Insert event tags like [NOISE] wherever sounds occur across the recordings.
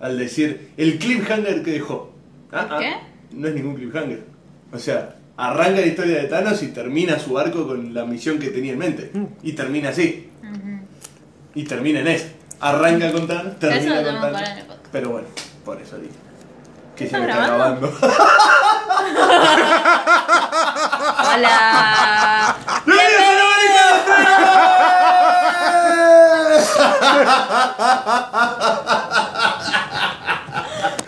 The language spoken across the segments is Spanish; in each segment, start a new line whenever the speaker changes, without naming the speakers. al decir el cliffhanger que dejó. Ah, ah,
¿Qué?
no es ningún cliffhanger. O sea, arranca la historia de Thanos y termina su arco con la misión que tenía en mente. Y termina así. Y termina en eso. Arranca con Thanos, termina
lo
con
tenemos
Thanos.
para en el podcast.
Pero bueno, por eso digo. Que se
¿Estás
me está
grabando?
acabando.
Hola.
¡Bienvenidos a la América del Norte!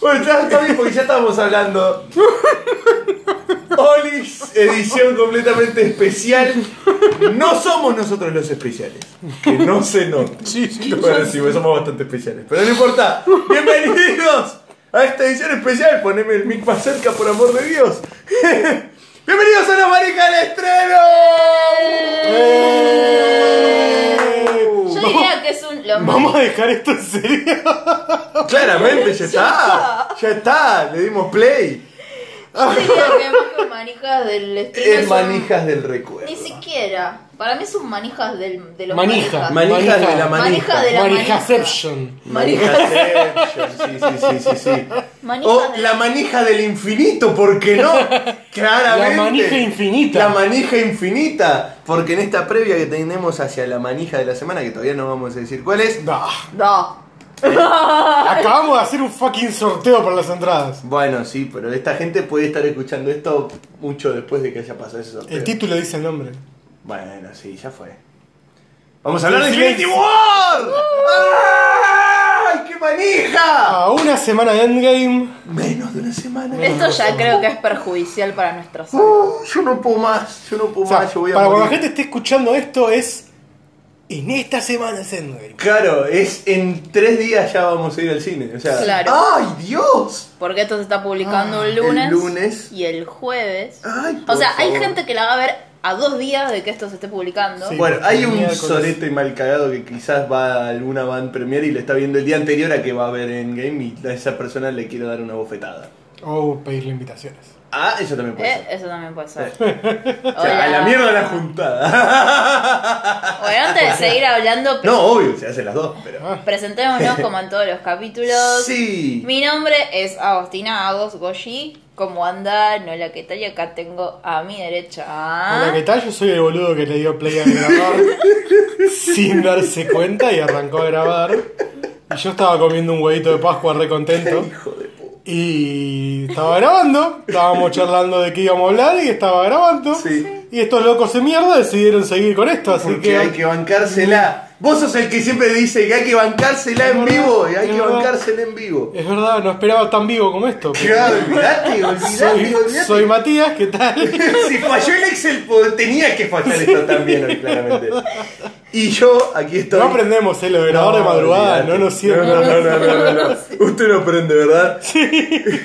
Bueno, está, está bien porque ya estábamos hablando. Olis, edición completamente especial. No somos nosotros los especiales. Que no se note.
Sí, sí, lo
Bueno, sí, pues somos bastante especiales. Pero no importa. Bienvenidos a esta edición especial. Poneme el mic más cerca, por amor de Dios. Bienvenidos a la marica del estreno.
Yo
¡Oh!
diría que es un. Lo
Vamos a dejar esto en serio.
[LAUGHS] Claramente ya está. Ya está. Le dimos play.
Yo diría que más que manijas del estilo.
El
es un-
manijas del recuerdo.
Ni siquiera. Para mí es un manijas del, de los
Manija.
Manijas
manijas.
de la manija.
Manija de la
Manijaception.
Manijaception, sí, sí, sí, sí, sí.
Manija
O
del-
la manija del infinito, ¿por qué
[LAUGHS]
no? Claramente.
La manija infinita.
La manija infinita. Porque en esta previa que tenemos hacia la manija de la semana, que todavía no vamos a decir cuál es.
Da.
No.
Acabamos de hacer un fucking sorteo para las entradas.
Bueno, sí, pero esta gente puede estar escuchando esto mucho después de que haya pasado ese sorteo.
El título dice el nombre.
Bueno, sí, ya fue. Vamos a hablar de
Sí,
Infinity
sí.
War. ¡Ay, qué manija!
A una semana de Endgame.
Menos de una semana.
Esto ya creo que es perjudicial para nuestra salud.
Oh, yo no puedo más, yo no puedo
O sea,
más, yo voy a
para cuando
morir.
la gente esté escuchando esto es... En esta semana es Endgame.
Claro, es en tres días ya vamos a ir al cine. O sea,
Claro.
¡Ay, Dios!
Porque esto se está publicando el
Ah, el
lunes.
lunes.
Y el jueves.
Ay, por
o sea, hay
favor.
gente que la va a ver a dos días de que esto se esté publicando.
Sí.
Bueno, hay un
miércoles.
sorete mal cagado que quizás va a alguna van premier y le está viendo el día anterior a que va a ver Endgame y a esa persona le quiero dar una bofetada.
O pedirle invitaciones.
Ah, eso también puede
Eh,
ser.
Eso también puede ser.
O sea, a la
Hola.
mierda la juntada.
Bueno, antes de seguir hablando,
no, obvio, se hacen las dos,
Ah.
pero.
presentémonos como en todos los capítulos.
Sí.
Mi nombre es Agostina Agos Goshi. ¿Cómo anda? No la que tal y acá tengo a mi derecha.
¿Ah?
Hola, ¿qué tal? Yo soy el boludo que le dio play
[LAUGHS]
a grabar sin darse cuenta y arrancó a grabar. Y yo estaba comiendo un huevito de Pascua re contento.
[LAUGHS] Hijo de puta.
Y estaba grabando, estábamos charlando de qué íbamos a hablar y estaba grabando.
Sí.
Y estos locos de mierda decidieron seguir con esto, así
Porque
que.
hay que bancársela. Vos sos el que siempre dice que hay que bancársela en vivo y hay
es
que
verdad.
bancársela en vivo.
Es verdad, no esperaba tan vivo como esto. pero-
Claro, olvidate, olvidate,
[LAUGHS] Soy,
olvidate.
soy Matías, ¿qué tal?
[LAUGHS] Si falló el Excel, po- tenía que fallar esto también hoy, claramente. Y yo aquí estoy.
No aprendemos, eh, lo de grabar de madrugada,
olvidate.
no nos sirve.
No, no, no, no, no, no. Usted no aprende, ¿verdad? Sí.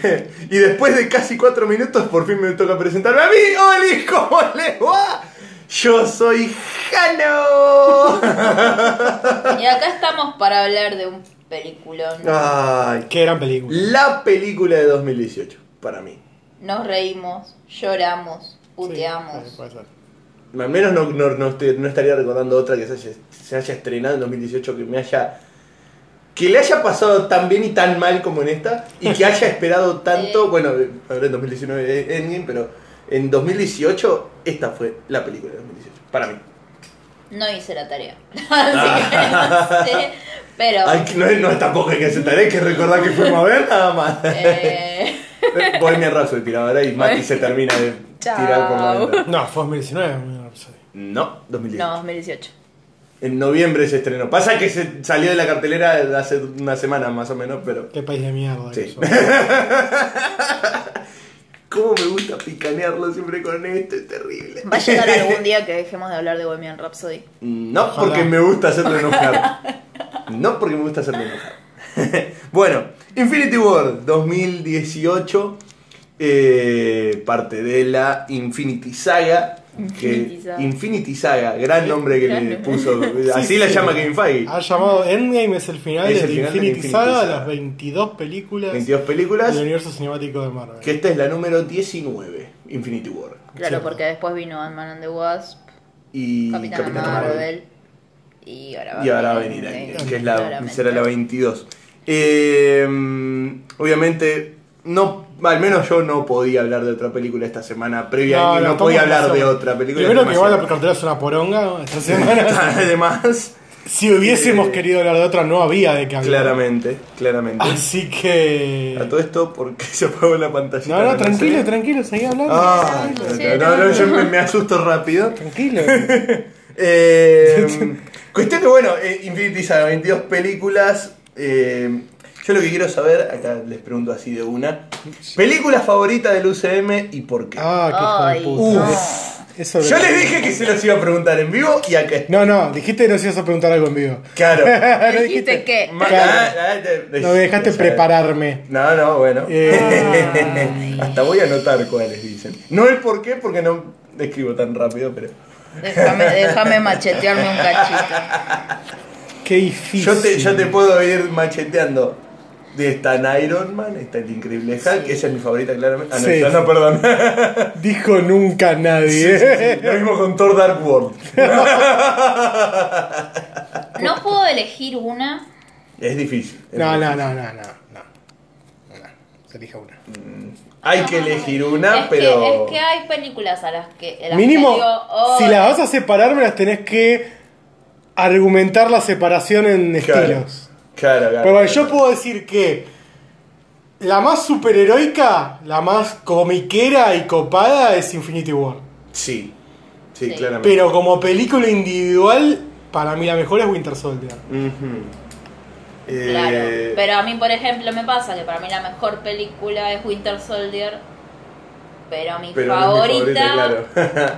[LAUGHS] y después de casi cuatro minutos, por fin me toca presentarme a mí. ¡Oli! [LAUGHS] ¿Cómo les va? Yo soy
[LAUGHS]
Jano.
Y acá estamos para hablar de un peliculón.
Ah. Ay,
Qué gran película.
la película de 2018, para mí.
Nos reímos, lloramos, puteamos.
Sí, puede ser.
Al menos no, no, no estoy- no estaría recordando otra que se haya, se haya estrenado en 2018 que me haya. que le haya pasado tan bien y tan mal como en esta y que haya esperado tanto.
[LAUGHS] Sí.
Bueno, ahora en 2019 es eh, Endgame, pero en 2018 esta fue la película de 2018, para mí.
No hice la tarea. [LAUGHS] Así que no sé. Pero.
Ay, que no, es- no es tampoco hay que sentar, hay que recordar que fuimos a ver nada
[LAUGHS]
más.
eh,
Bohemian Rhapsody tiraba ahora y Mati se termina de
Chao.
tirar por la ventana.
No, fue 2019, muy bien, sí.
No, 2018.
no, 2018.
En noviembre se estrenó. Pasa que se salió de la cartelera hace una semana más o menos, pero.
Qué país de mierda. que
Sí. [LAUGHS]
somos.
¿Cómo me gusta picanearlo siempre con esto? Es terrible.
Va a llegar algún día que dejemos de hablar de Bohemian Rhapsody.
[LAUGHS] No
Ojalá.
porque me gusta hacerlo enojar. [LAUGHS] No porque me gusta hacerlo enojar. bueno, Infinity War 2018, eh, parte de la Infinity Saga. que-
Infinity Saga.
Infinity Saga, gran nombre que
Gran
le
nombre. [LAUGHS]
puso. Así
Sí,
la
sí.
llama Kevin Feige.
Ha llamado Endgame, es el final
Es
de
el final de
Infinity
Infinity
Saga,
Saga.
las 22 películas
22 películas.
del universo cinemático de Marvel.
Que esta es la número 19, Infinity War.
Claro,
Sí.
porque después vino Ant-Man and the Wasp,
Y
Capitana,
Capitana
Marvel,
Marvel.
y ahora va
Y ahora va a
venir
venir
Endgame,
Endgame, que es la,
claramente.
será la 22. Eh, obviamente, no, al menos yo no podía hablar de otra película esta semana previa y no,
estamos
podía hablar de
demasiado-
otra película. es
Primero que va la
demasiado.
cartelera es una poronga esta semana.
[LAUGHS] Está de más,
[LAUGHS] si hubiésemos
Eh,
querido hablar de otra, no había de qué hablar.
claramente, claramente.
Así que.
A todo esto, porque [LAUGHS] se apagó la pantalla?
No, no, tranquilo, tranquilo, seguí hablando.
Ah,
No sé,
no, no,
no.
yo me, me asusto rápido. [LAUGHS]
Tranquilo.
Eh, [LAUGHS] cuestión que, bueno, eh, Infinity Saga, 22 películas. eh, yo lo que quiero saber, acá les pregunto así de una: ¿Película favorita del UCM y por qué?
Ah, qué
Ay,
hijo de puta.
no.
Eso
yo
de-
les dije que se los iba a preguntar en vivo y acá está.
No, no, dijiste que nos ibas a preguntar algo en vivo.
Claro.
[LAUGHS] No
[LAUGHS]
Dijiste que.
Ma-
Claro.
ah, ah, de-
No me dejaste
de-
prepararme.
No, no, bueno.
Eh.
[LAUGHS] Hasta voy a anotar cuáles dicen. No el por qué, porque no escribo tan rápido, pero.
Déjame, déjame machetearme un cachito.
Qué difícil.
Yo te, yo te puedo ir macheteando. De esta en Iron Man, está el increíble Hulk,
Sí.
que esa es mi favorita claramente. Ah, no,
Sí.
esa no, perdón.
[LAUGHS] Dijo nunca nadie.
Lo mismo con Thor Dark World.
No puedo elegir una.
Es difícil. es
[LAUGHS] No,
difícil.
no, no, no, no. no. No, Se elija una.
Hay que elegir una,
es
pero.
Que, es que hay películas a las que. a las
Mínimo,
que digo, oh,
si las vas a separar, me las tenés que argumentar la separación en
Claro,
estilos.
claro, claro.
Pero bueno, yo puedo decir que la más superheroica, la más comiquera y copada es Infinity War.
Sí. Sí,
Sí.
claramente.
Pero como película individual, para mí la mejor es Winter Soldier.
Ujú. Eh,
Claro. Pero a mí, por ejemplo, me pasa que para mí la mejor película es Winter Soldier. Pero mi
pero no es mi
favorita.
favorita,
[LAUGHS]
claro.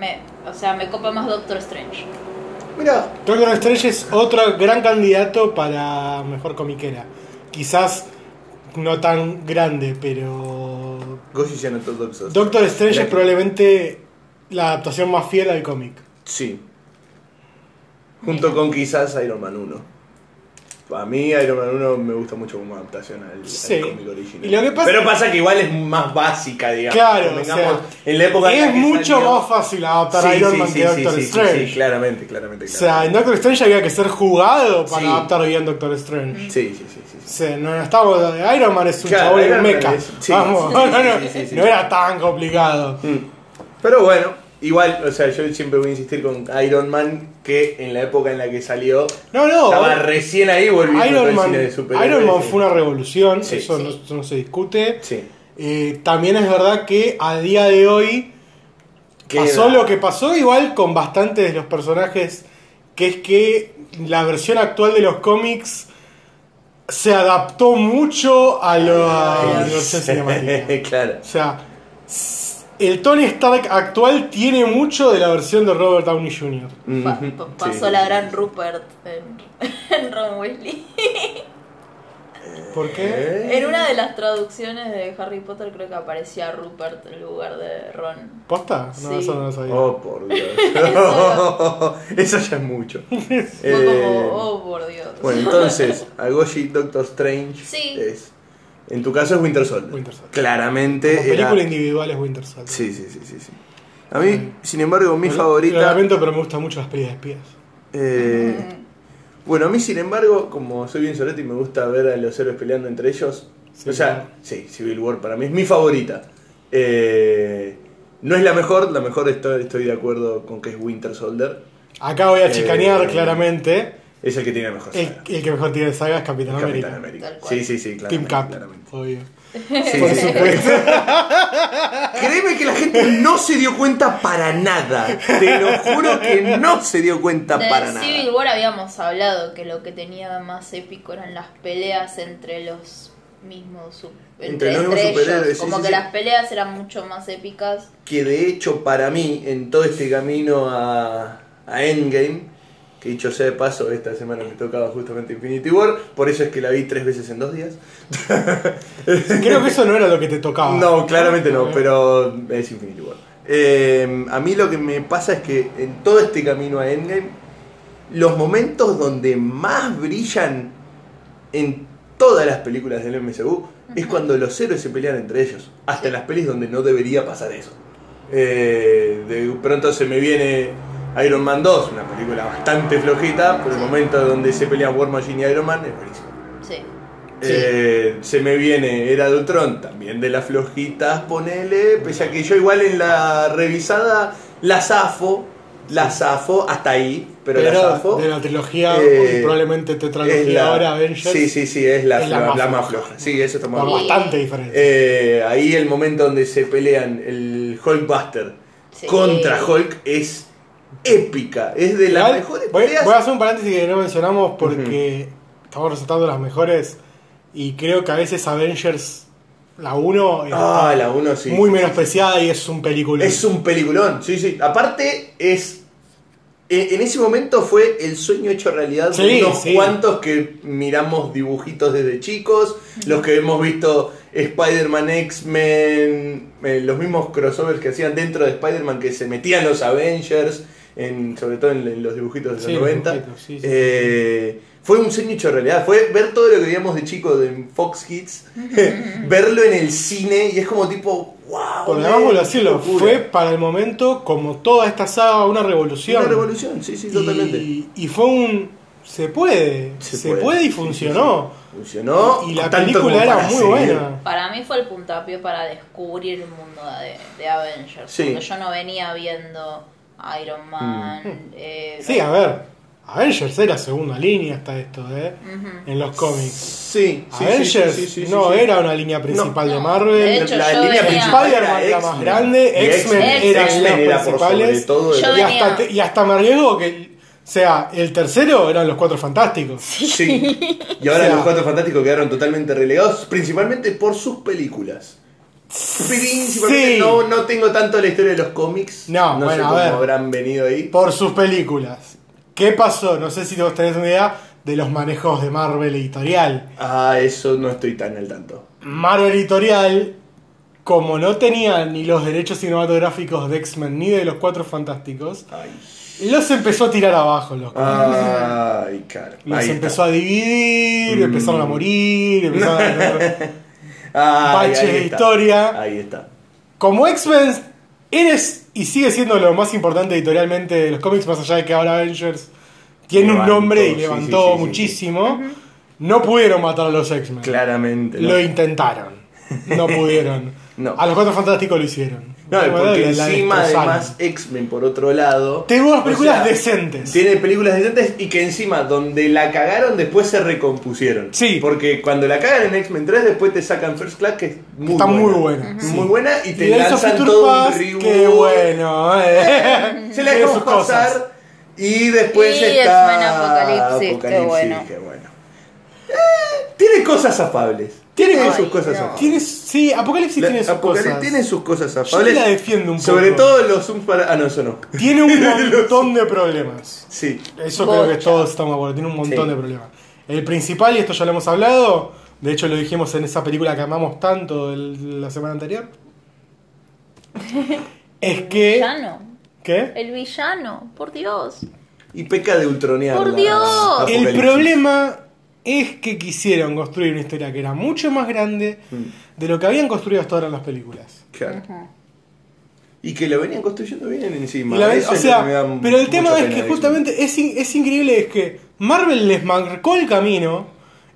me, o sea, me copa más Doctor Strange.
Mira,
Doctor Strange es otro gran candidato para mejor comiquera. Quizás no tan grande, pero
Goshi se anotó Doctor
Doctor Strange
Mirá
es
que-
probablemente la adaptación más fiel al cómic.
Sí. Junto con quizás Iron Man 1. A mí Iron Man 1 me gusta mucho como adaptación al, al
Sí.
cómic original.
Y lo que pasa-
Pero pasa que igual es más básica, digamos.
Claro,
Convengamos,
o sea,
en la época en la
es
que
mucho
salió-
más fácil adaptar a
Sí,
Iron
sí,
Man
sí,
que
sí,
Doctor
sí, sí,
Strange.
Sí, claramente, claramente.
O sea, en
claramente.
Doctor Strange había que ser jugado para
Sí.
adaptar bien Doctor Strange.
Sí, sí, sí, sí,
O
sí.
sea, no, no estaba. Iron Man es un
Claro,
chabón en
Iron
un
Man
mecha.
es- sí.
Vamos,
Sí,
[LAUGHS] no,
sí,
no,
sí, sí, sí.
no era tan complicado.
Mm. Pero bueno, igual, o sea, yo siempre voy a insistir con Iron Man, que en la época en la que salió,
No, no.
estaba recién ahí volviendo todo
Iron
el
Man,
cine de superhéroes.
Iron Man
Sí.
fue una revolución,
Sí.
eso
Sí.
no- eso No, se discute.
Sí.
Eh, también es verdad que a día de hoy pasó
Queda-
lo que pasó, igual con bastantes de los personajes, que es que la versión actual de los cómics se adaptó mucho a la
[LAUGHS]
versión cinemática.
claro.
O sea, s- el Tony Stark actual tiene mucho de la versión de Robert Downey Jr.
Pa-
Ujú.
pa-
Sí,
pasó
sí,
la
sí,
gran
sí.
Rupert en, [LAUGHS] en Ron Weasley.
¿Por qué?
¿Eh?
En una de las traducciones de Harry Potter creo que aparecía Rupert en lugar de Ron.
¿Posta? No,
Sí.
eso no lo sabía.
Oh, por
[LAUGHS]
Dios. [LAUGHS] Eso, ya es mucho.
Fue
Eh,
como, oh por Dios.
Bueno, entonces, Agoshi Doctor Strange
Sí.
es. En tu caso es Winter Soldier.
Winter Soldier.
Claramente.
Como
era-
película individual es Winter Soldier.
Sí, sí, sí, sí, sí. A mí, sin embargo, mi
Lo-
favorita.
Lo lamento, pero me gustan mucho las pelis de espías.
eh,
Mm.
Bueno, a mí, sin embargo, como soy bien solete y me gusta ver a los héroes peleando entre ellos,
Sí,
o sea,
claro.
sí, Civil War para mí es mi favorita. Eh, no es la mejor, la mejor estoy, estoy de acuerdo con que es Winter Soldier.
Acá voy a
Eh,
chicanear claramente.
Es el que tiene la mejor
El,
saga.
el que mejor tiene saga es Capitán,
Capitán
América.
América.
Tal cual.
Sí, sí, sí,
Team
claramente.
[LAUGHS]
Cap,
claramente.
obvio.
Sí,
Por
sí, sí.
supuesto.
Créeme que la gente no se dio cuenta para nada. Te lo juro que no se dio cuenta
De
para
Civil
nada.
War habíamos hablado que lo que tenía más épico eran las peleas entre los mismos su-
Entre los mismos
ellos.
superhéroes, sí,
Como
sí,
que
sí.
las peleas eran mucho más épicas.
Que de hecho, para mí, en todo este camino a, a Endgame, Que dicho sea de paso, esta semana me tocaba justamente Infinity War, por eso es que la vi tres veces en dos días.
Creo que eso no era lo que te tocaba.
No, claramente no, pero es Infinity War. Eh, a mí lo que me pasa es que en todo este camino a Endgame, los momentos donde más brillan en todas las películas del MCU es cuando los héroes se pelean entre ellos, hasta en las pelis donde no debería pasar eso. Eh, de pronto se me viene Iron Man 2, una película bastante flojita, pero el momento donde se pelean War Machine y Iron Man es buenísimo.
Sí.
Sí.
Eh, se me viene Era de Ultron, también de las flojitas, ponele. Pese a que yo igual en la revisada la zafo, la zafo hasta ahí, pero, la zafo.
de la trilogía,
Eh,
probablemente
es
tetralogía
la-
ahora, Avengers.
Sí, sí, sí, es la,
es la
la- la
más
más,
floja.
floja. Sí, eso estamos de
Con
acuerdo.
bastante diferencia.
Eh, ahí el momento donde se pelean el Hulkbuster
Sí. Eh,
contra Hulk es épica. Es de las
Igual,
mejores
voy,
peleas.
voy a hacer un paréntesis que no mencionamos porque estamos resaltando las mejores y creo que a veces Avengers, la 1, está
Ah, la 1 sí.
muy
sí, sí,
menospreciada y es un película.
Es un peliculón, sí, sí. Aparte, es. e- En ese momento fue el sueño hecho realidad
Sí,
de unos
sí.
cuantos que miramos dibujitos desde chicos, los que hemos visto Spider-Man, X-Men, eh, los mismos crossovers que hacían dentro de Spider-Man que se metían los Avengers, en, sobre todo en, en los dibujitos de
Sí,
los
los
90.
dibujitos, sí, sí, sí.
Eh, fue un sueño hecho realidad, fue ver todo lo que veíamos de chico en Fox Kids, verlo en el cine y es como tipo, wow.
Por
man,
lo demás, vuelvo a
qué
decirlo,
locura".
fue para el momento, como toda esta saga, una revolución.
Una revolución, sí, sí, totalmente.
Y, y fue un. Se puede, se,
Se
puede.
puede.
y funcionó.
Funcionó.
Y la
tanto como
película era
para
muy
seguir.
buena.
Para mí fue el puntapié para descubrir el mundo de, de Avengers.
Sí.
Porque yo no venía viendo
Mm.
Iron Man. eh,
Sí, a ver, Avengers era segunda línea hasta esto, ¿eh?
Ujú.
En los cómics.
Sí, sí,
Avengers
sí, sí, sí,
no
sí, sí.
era una línea principal de
No,
Marvel.
de hecho,
la
yo
línea
venía-
principal
Spider-Man era más
X-Men.
grande,
Y
X-Men
eran
X-Men
los
era por sobre
principales.
todo. el-
Yo
y,
venía-
hasta, te- y hasta me arriesgo que. O sea, el tercero eran los cuatro
[LAUGHS]
fantásticos.
Sí. Y ahora
O sea-
los Cuatro Fantásticos quedaron totalmente relegados, principalmente por sus películas. Principalmente
Sí.
no, no tengo tanto la historia de los cómics.
No,
sé
bueno, a
cómo
ver.
habrán venido ahí.
Por sus películas. ¿Qué pasó? No sé si vos tenés una idea de los manejos de Marvel Editorial.
Ah, eso no estoy tan al tanto.
Marvel Editorial, como no tenía ni los derechos cinematográficos de X-Men ni de los Cuatro Fantásticos,
Ay,
los empezó a tirar abajo los
ay cara.
Los
Ah, Ahí está.
empezó a dividir,
Mm.
empezaron a
[LAUGHS]
morir, empezaron a...
Ay,
baches
ahí
de
está.
historia.
Ahí está.
Como X-Men, eres y sigue siendo lo más importante editorialmente de los cómics, más allá de que ahora Avengers tiene
Levantó,
un nombre y
sí,
levantó
sí, sí, sí.
muchísimo, no pudieron matar a los X-Men.
Claramente. ¿no?
Lo intentaron. No pudieron.
[LAUGHS] No.
A los cuatro fantásticos lo hicieron.
No,
La
porque
verdad, la
encima
destrozaron.
además X-Men por otro lado.
Tengo unas
o
películas
sea,
decentes.
Tiene películas decentes y que encima donde la cagaron después se recompusieron.
Sí.
Porque cuando la cagan en X-Men 3 después te sacan First Class que es muy
Está
buena.
muy buena, sí.
Muy buena y
Y
te
Days of
lanzan
Future
todo
Past,
un reboot.
Qué
[LAUGHS]
bueno. eh.
Se la
Tiene
dejamos
sus cosas.
pasar y después
Y
está
X-Men Apocalipsis, qué bueno.
qué bueno. Eh, tiene cosas afables. Tiene
Ay,
sus cosas
no.
afables.
Tiene- sí, Apocalipsis
La-
tiene sus
Apocalipsis
cosas.
tiene sus cosas
Yo
afables.
la defiendo un poco.
Sobre todo los zooms para. Ah, no, eso no.
Tiene un
[LAUGHS]
montón de problemas.
Sí.
Eso creo que
Bocha.
todos estamos de acuerdo. Tiene un montón
Sí.
de problemas. El principal, y esto ya lo hemos hablado, de hecho lo dijimos en esa película que amamos tanto el- la semana anterior, es
El
que...
villano.
¿Qué?
El villano, por Dios.
Y peca de ultronear.
¡Por
la-
Dios!
Apocalipsis.
El problema es que quisieron construir una historia que era mucho más grande de lo que habían construido hasta ahora en las películas.
Mm, Claro. Y que lo venían construyendo bien encima.
Y la vez-
Eso
o
es lo que me da
sea, pero el
mucha
tema es
pena
que
de
justamente es, in- es increíble es que Marvel les marcó el camino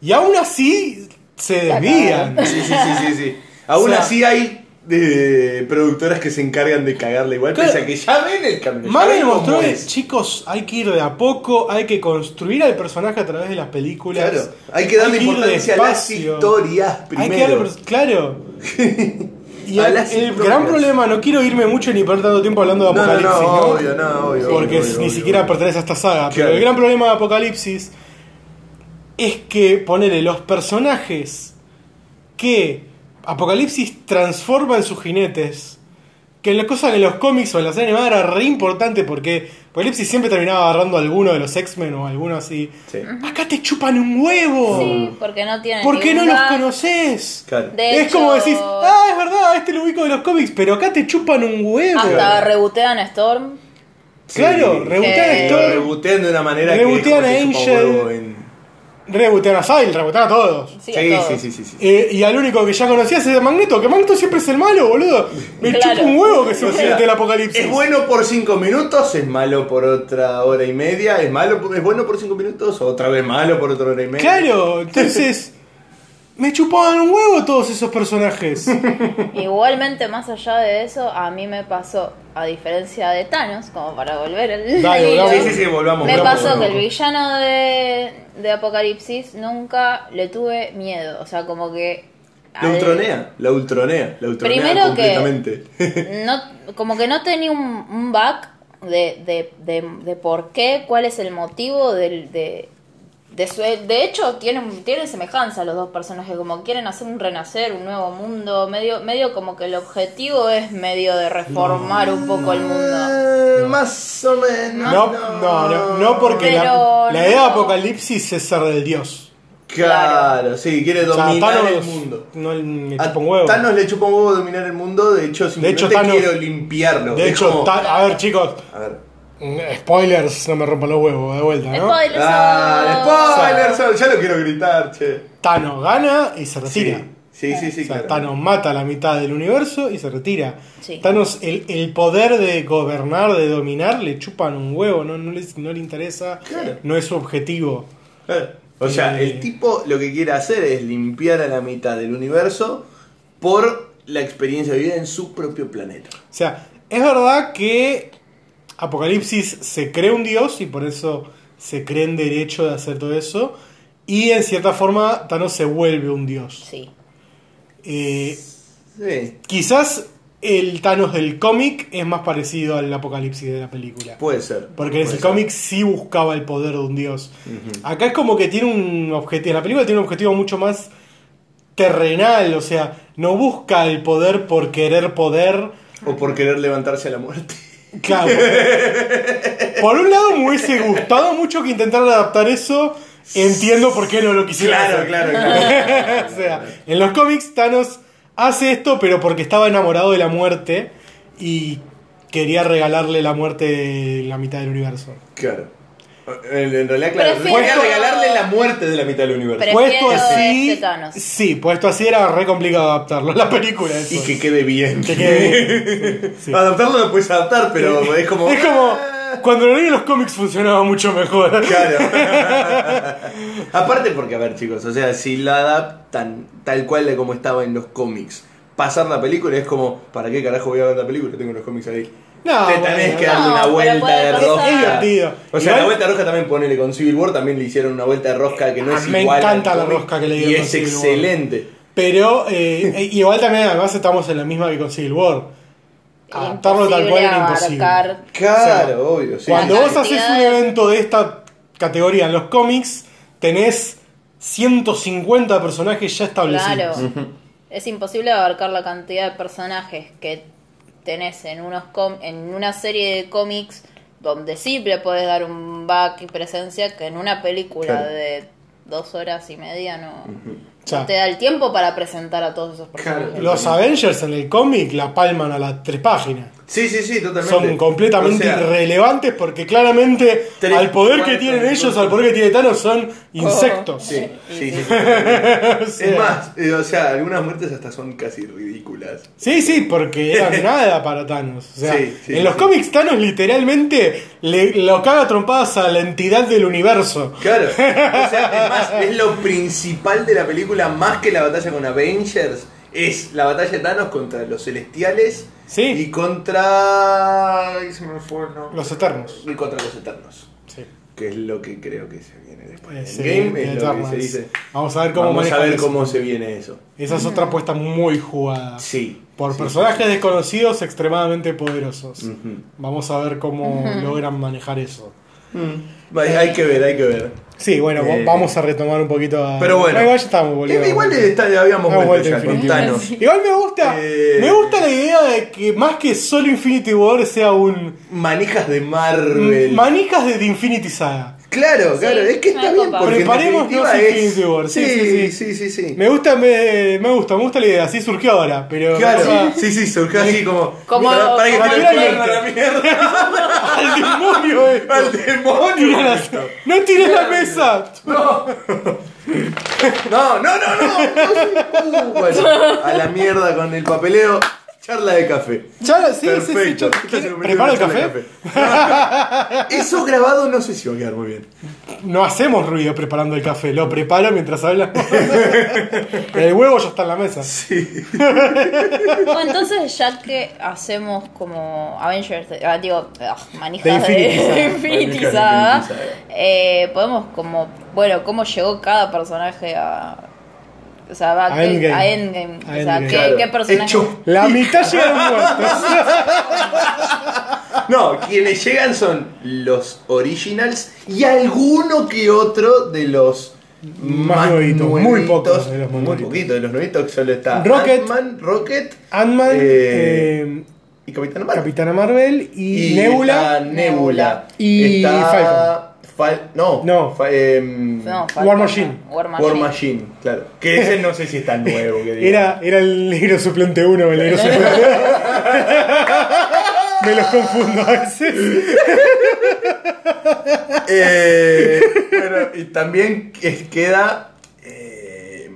y aún así se desvían.
Sí, sí, sí, sí. sí. Aún
[LAUGHS] O sea-
así hay eh, productoras que se encargan de cagarla igual,
Claro.
pese a que ya ven el cambio. ya
Marvel
ven cómo
mostró que,
es.
chicos, hay que ir de a poco, hay que construir al personaje a través de las películas.
Claro. Hay que darle
ir
importancia a las
despacio.
historias
Hay
primero.
que darle
[LAUGHS]
pers- claro. Y
A
el,
las
el
historias.
gran problema, no quiero irme mucho ni perder tanto tiempo hablando de
no, no,
Apocalipsis,
no,
¿no?
obvio, no, obvio.
porque
obvio,
ni
obvio,
siquiera
obvio.
pertenece a esta saga. Pero
Claro.
el gran problema de Apocalipsis es que ponele los personajes que Apocalipsis transforma en sus jinetes Que la cosa en los cómics o en la serie animada era re importante porque Apocalipsis siempre terminaba agarrando a alguno de los X-Men o alguno así.
Sí,
Acá te chupan un
Oh.
huevo.
Sí, porque no tienen.
¿Por qué no
ningún
los
bar.
conoces?
claro.
De-
Es
hecho-
como decís, ah, es verdad, este lo ubico de los cómics, pero acá te chupan un huevo.
Hasta rebotean a Storm.
Claro, rebotean
Eh,
a Storm,
Rebotean de una manera
Rebotean
que.
a
como que chupa
Angel.
huevo en-
rebotean a Sile, rebotean a todos.
Sí,
Sí,
a
sí,
todos.
sí, sí, sí, sí.
Eh, y al único que ya conocías es a Magneto, que Magneto siempre es el malo, boludo. Me
Claro.
chupa un huevo que se
O sea,
enfrente el apocalipsis.
Es bueno por 5 minutos, es malo por otra hora y media, es malo por- es bueno por 5 minutos, otra vez malo por otra hora y media.
Claro, entonces. me chupaban un huevo todos esos personajes.
Igualmente, más allá de eso, a mí me pasó, a diferencia de Thanos, como para volver al.
Dale,
hilo,
volvamos.
Sí, sí, sí, volvamos.
Me
volvamos,
pasó que
volvamos.
el villano de, de Apocalipsis nunca le tuve miedo. O sea, como que.
La
al-
ultronea, la ultronea, la ultronea
Primero que-
completamente.
no, como que no tenía un, un back de, de, de, de por qué, cuál es el motivo del, de, de su... De hecho, tienen, tienen semejanza los dos personajes, como quieren hacer un renacer, un nuevo mundo, medio, medio como que el objetivo es medio de reformar un poco el mundo.
Eh, Más o menos.
No, no, no, no porque la-
Pero
la, idea de
no.
Apocalipsis es ser del dios.
Claro, sí, quiere
O sea,
dominar
Thanos
el mundo.
No me
A
chupa un huevo.
Thanos le chupa un huevo dominar el mundo, de hecho simplemente
hecho, Thanos-
quiero limpiarlo.
de
Es
hecho,
como-
Ta- a ver chicos, mm,
A ver.
spoilers, no me rompan los huevos, de vuelta, ¿no?
Spoilers.
Ah,
son-
spoiler, son- ya lo quiero gritar, che.
Thanos gana y se retira.
Sí, sí, sí,
O sea,
claro.
Thanos mata la mitad del universo y se retira.
Sí.
Thanos, el, el poder de gobernar, de dominar, le chupan un huevo, no, no, les- no le interesa,
Claro.
no es su objetivo.
Claro. O sea,
Eh.
el tipo lo que quiere hacer es limpiar a la mitad del universo por la experiencia vivida en su propio planeta.
O sea, es verdad que Apocalipsis se cree un dios y por eso se cree en derecho de hacer todo eso. Y en cierta forma Thanos se vuelve un dios.
Sí.
Eh,
Sí,
quizás el Thanos del cómic es más parecido al Apocalipsis de la película.
puede ser.
Porque en
Puede ser.
el cómic sí buscaba el poder de un dios. Acá es como que tiene un objetivo. En la película tiene un objetivo mucho más terrenal. O sea, no busca el poder por querer poder.
O por querer levantarse a la muerte. [LAUGHS]
Claro. Por un lado me hubiese gustado mucho que intentaran adaptar eso. Entiendo por qué no lo quisieron. hacer. [LAUGHS] o sea, en los cómics Thanos hace esto, pero porque estaba enamorado de la muerte y quería regalarle la muerte de la mitad del universo.
Claro. En, en realidad, claro.
Prefiero-
Quería regalarle la muerte de la mitad del universo.
Prefiero
Puesto así,
este Thanos.
sí, puesto así era re complicado adaptarlo a la película. eso.
Y que quede bien. [LAUGHS]
Que quede- sí.
Adaptarlo lo puedes adaptar, pero es como. "Ah".
Es como cuando lo leí en los cómics funcionaba mucho mejor.
Claro. [LAUGHS] Aparte porque, a ver chicos, o sea, si la adaptan tal cual de como estaba en los cómics, pasar la película es como, ¿para qué carajo voy a ver la película? Tengo los cómics ahí.
No,
Te
bueno,
tenés que
no.
darle una
pero
vuelta
puede
de
pasar.
rosca.
Es
divertido.
O sea,
Igual-
la vuelta de rosca también ponele con Civil War, también le hicieron una vuelta de rosca que no
Ah,
es
me
igual. al
encanta la
cómic,
rosca que le
Y
dieron con
es
Civil War.
excelente.
Pero eh, igual también además estamos en la misma que con Civil War. Adaptarlo tal cual era imposible.
abarcar.
Claro, obvio, sí.
Cuando
La
vos haces
cantidad
un
de-
evento de esta categoría en los cómics, tenés 150 personajes ya establecidos.
Claro. Es imposible abarcar la cantidad de personajes que tenés en unos com- en una serie de cómics donde sí le podés dar un back y presencia que en una película
Claro.
de dos horas y media no,
O sea,
no te da el tiempo para presentar a todos esos personajes.
Claro.
los Avengers en el cómic la palman a las tres páginas.
Sí, sí, sí, totalmente.
Son completamente
O sea,
irrelevantes porque claramente
Tres,
al poder que
cuatro,
tienen
cinco.
ellos, al poder que tiene Thanos, son insectos.
Sí, sí, sí.
[LAUGHS] O sea,
Es más, eh, o sea, algunas muertes hasta son casi ridículas.
Sí, sí,
[LAUGHS]
porque era nada para Thanos. O sea,
Sí, sí,
en los
sí.
cómics Thanos literalmente le, lo caga a trompadas a la entidad del universo.
Claro. O sea, es más, es lo principal de la película, más que la batalla con Avengers, es la batalla de Thanos contra los celestiales
Sí.
y contra. ay, se me fue, no.
Los Eternos.
Y contra los eternos.
Sí.
Que es lo que creo que se viene después.
Es,
del
eh,
game es
The
lo que se
Eternals.
dice.
Vamos a ver cómo
Vamos a
manejan
ver
eso.
cómo se viene eso.
Esa es otra apuesta muy jugada.
Sí.
Por
Sí. Mm.
personajes desconocidos extremadamente poderosos.
Ujú.
Vamos a ver cómo logran manejar eso.
Mm. Hay, hay que ver, hay que ver.
Sí, bueno,
Eh.
vamos a retomar un poquito a...
Pero bueno.
Igual ya estamos, boludo.
Eh, Igual está- habíamos
Ah,
vuelto
vuelta
ya con
infinita.
Thanos.
Igual me gusta,
Eh.
me gusta la idea de que más que solo Infinity War sea un
Manijas de Marvel.
manijas de The Infinity Saga.
claro, claro, es que
una
está bien
copa.
porque en
Preparémonos
definitiva es-
Infinity War, sí,
sí,
sí,
sí, sí, sí.
Me gusta, me, me gusta, me gusta la idea, así surgió ahora, pero
Claro,
o sea,
sí, sí, surgió así como.
Como-
para, para que
como
te
el
lo
proyecto.
corran a la mierda. [LAUGHS]
al demonio esto.
¡Al demonio!
Tirá la-
esto.
no tires la mesa.
No, no, no, no. Uh,
[LAUGHS]
bueno, a la mierda con el papeleo. Charla de café.
Ya, sí, sí, sí,
Perfecto.
yo-
Esto se [LAUGHS] convirtió
¿quiere-
en
¿Prepara
una
el
charla
café?
de café. [LAUGHS] Eso grabado no sé si va a quedar muy bien.
No hacemos ruido preparando el café, lo preparo mientras habla.
[LAUGHS]
el huevo ya está en la mesa.
Bueno, entonces ya que hacemos como Avengers, eh, ah, digo, ugh, manijas
De
de,
Infinity Saga.
[LAUGHS] Infinity
Manijas de
Saga,
Infinity Saga.
eh, podemos como, bueno, cómo llegó cada personaje a... O sea, va
A
qué-
Endgame.
a Endgame.
A
o sea,
Endgame.
¿qué,
Claro.
qué personaje?
Hecho.
La mitad llegaron muertos.
No, quienes llegan son los originals y alguno que otro de los
Más nuevitos, muy pocos de los
muy
nuevitos.
poquitos de los nuevitos que solo está
Rocket.
Ant-Man, Rocket
Ant-Man,
eh,
eh,
y Capitán Marvel.
Capitana Marvel y,
y
Nebula.
está Nebula
Y
está Fal- no,
No.
Fa- em,
No,
War
falta-
Machine.
War Machine.
Machine. claro. Que ese no sé si es tan nuevo.
[LAUGHS]
que diga.
Era, era el negro suplente 1, el
[LAUGHS]
negro suplente [LAUGHS] Me los confundo a veces. [LAUGHS]
Eh, bueno, y también que- queda. eh,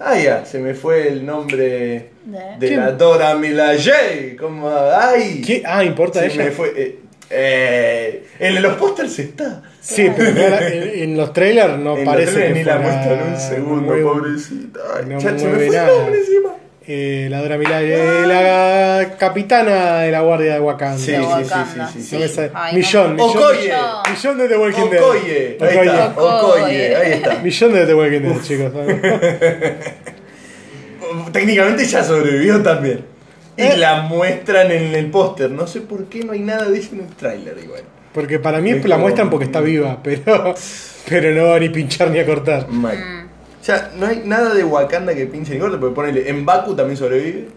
ah, ya, se me fue el nombre
¿De?
de
¿Quién?
la Dora Milaje. Como, ay,
¿Qué? Ah, importa
se
ella.
me fue. eh, eh, en los pósters está.
Sí, pero no era- en, en los trailers no
En los
parece.
trailers
que
ni la
fuera-
muestran un
no
segundo,
mueve-
pobrecita. Ay,
no
ya se me
mueve
fue el
nada.
nombre encima.
Eh, la Dora Milaje, la capitana de la Guardia de Wakanda.
Sí,
De
sí, sí,
Wakanda.
sí, sí, sí.
No me sale.
Ay, no.
Millón, millón.
Okoye.
Millón de The Walking Dead.
Oh, Okoye, ahí está.
Okoye.
Okoye, ahí está.
Millón de The Walking Dead, chicos.
Técnicamente ya sobrevivió también. Y
Eh.
la muestran en el póster. No sé por qué no hay nada de eso en el tráiler igual.
Porque para mí
Es
la
como-
muestran porque está viva, [LAUGHS] pero, pero no va ni pinchar ni a cortar.
Mal.
Mm.
O sea, no hay nada de Wakanda que pinche ni corte, porque ponele, en Baku también sobrevive.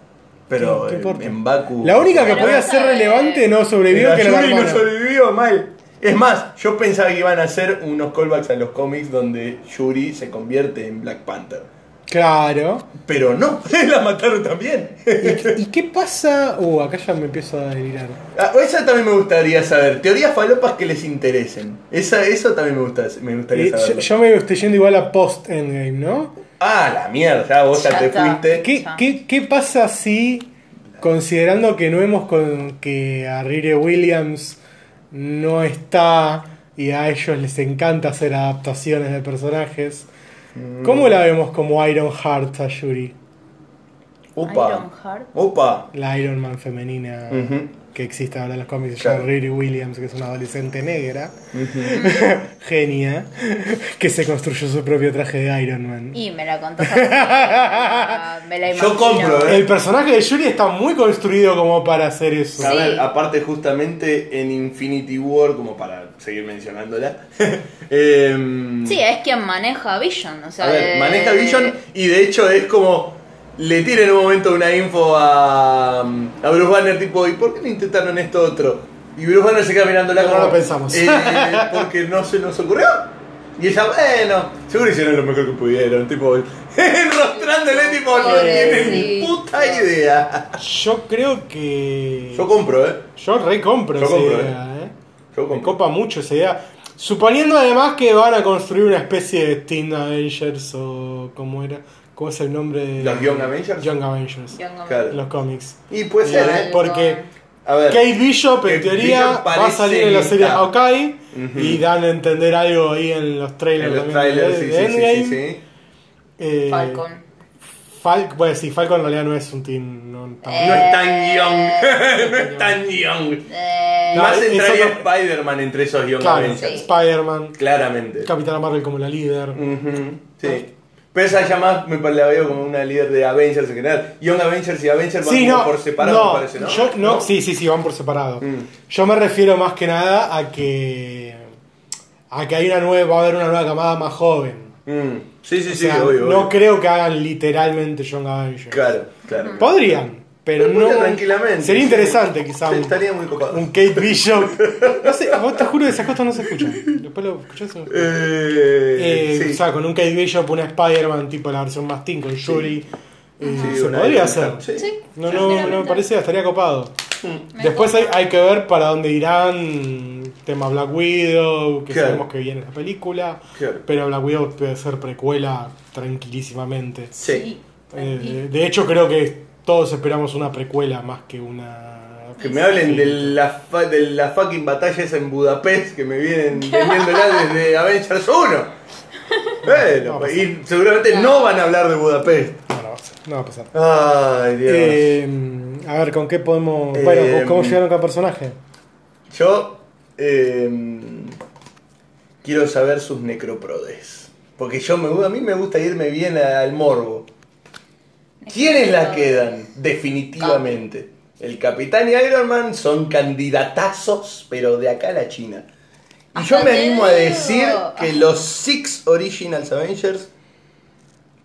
Pero
¿Qué- qué importa?
en Baku.
La única que
Pero
podía
vas a
ser
ver.
relevante no sobrevivió
Pero
que era la
Yuri no
hermana.
sobrevivió mal. Es más, yo pensaba que iban a hacer unos callbacks a los cómics donde Yuri se convierte en Black Panther. [LAUGHS]
Claro.
Pero no, la mataron también.
¿Y qué pasa? Uh, acá ya me empiezo a delirar.
Ah, esa también me gustaría saber. Teorías falopas que les interesen. Esa, eso también me, gusta, me gustaría
Eh, yo,
saber.
yo me estoy yendo igual a post-endgame, ¿no?
Ah, la mierda, ya vos ya,
Ya
te
está.
fuiste.
¿Qué,
Ya.
qué, qué pasa si, considerando que no hemos con que a Riri Williams no está y a ellos les encanta hacer adaptaciones de personajes,
Mm.
¿cómo la vemos como Iron Heart a Yuri?
Opa.
Ironheart.
Opa.
La Iron Man femenina
Ujú.
que existe ahora en los cómics, se
Claro.
llama Riri Williams, que es una adolescente negra, genia, [LAUGHS] que se construyó su propio traje de Iron Man.
Y me la contás
[LAUGHS]
así, me la- me la
Yo
imagino.
compro, eh.
El personaje de Yuri está muy construido como para hacer eso.
A
Sí.
ver, aparte justamente en Infinity War, como para seguir mencionándola. [LAUGHS] em,
Sí, es quien maneja Vision, o sea...
a ver,
eh,
maneja Vision y de hecho es como... Le tira en un momento una info a, a Bruce Banner tipo, ¿y por qué no intentaron esto otro? Y Bruce Banner se queda mirándola
No
como...
lo pensamos. [LAUGHS]
"Eh, porque no se nos ocurrió. Y ella, bueno, seguro hicieron lo mejor que pudieron, tipo, [LAUGHS] enrostrándole, tipo, no tienen ni
Pobrecito.
puta idea.
Yo creo que.
Yo compro, ¿eh?
Yo recompro
Yo
esa
compro,
idea, eh.
Yo
Me
compro.
copa mucho esa idea. Suponiendo además que van a construir una especie de Teen Avengers o como era. ¿Cómo es el nombre de.
¿Los Young Avengers?
Young Avengers.
Young Man.
Claro.
En los cómics.
Y puede
Eh,
ser,
Claro.
¿eh?
Porque
A ver.
Kate Bishop en
Kate
teoría
Bishop
va a salir en la
parece
serie
lista.
Hawkeye
Ujú.
y dan a entender algo ahí en los trailers,
En los
también
trailers,
de-
sí,
de
sí, sí,
Endgame.
sí, sí.
Eh,
Falcon.
Fal- bueno, sí, Falcon en realidad no es un Teen. No, tan-
No
Eh,
es tan young. [LAUGHS] no es tan young.
Eh,
No,
Más
eso
entraría
no-
Spider-Man entre esos young
claro,
Avengers.
sí.
Spider-Man,
Claramente.
Capitana Marvel como la líder.
Ujú, Sí. Pero esa ya más me la veo como una líder de Avengers en general. Young Avengers y Avengers van
Sí,
como
no,
por separado,
no,
me parece, ¿no?
yo- no, Sí, sí, sí, van por separado.
Mm.
Yo me refiero más que nada a que. a que hay una nueva, va a haber una nueva camada más joven.
Mm. Sí, sí,
O
sí,
sea,
obvio,
no
obvio.
creo que hagan literalmente John Avengers.
Claro, claro.
Podrían, pero
Podría
no.
tranquilamente,
Sería
sí.
interesante, quizá.
Sí,
un-
Estaría muy copado.
Un Kate Bishop. No sé, vos te juro que esas cosas no se escuchan. Después lo escuchás. ¿no?
Eh,
Eh,
sí.
O sea, con un Kate Bishop, una Spider-Man, tipo la versión más teen, con Shuri. eh,
Sí,
se
una idea.
podría hacer.
Sí.
Sí,
No, no, no me
sinceramente.
parece, estaría copado.
Me
Después hay,
gusta.
hay que ver para dónde irán. Tema Black Widow, que
Claro.
sabemos que viene en la película.
Claro.
Pero Black Widow puede ser precuela tranquilísimamente.
Sí.
Eh, de hecho, creo que todos esperamos una precuela más que una.
Que me hablen de la, fa- de la fucking batalla esa en Budapest que me vienen vendiéndola desde Avengers 1. Bueno,
No va a
y seguramente no van a hablar de Budapest.
No, no va a pasar, no va a pasar.
Ay, Dios.
Eh, a ver, ¿con qué podemos.?
Eh,
bueno, ¿con- ¿cómo llegaron cada personaje?
Yo eh, quiero saber sus necroprodes. Porque yo me, a mí me gusta irme bien al morbo. ¿Quiénes la quedan? Definitivamente. El Capitán y Iron Man son candidatazos, pero de acá a la China. Y yo
Hasta
me
te
animo a
digo.
decir que los Six Originals Avengers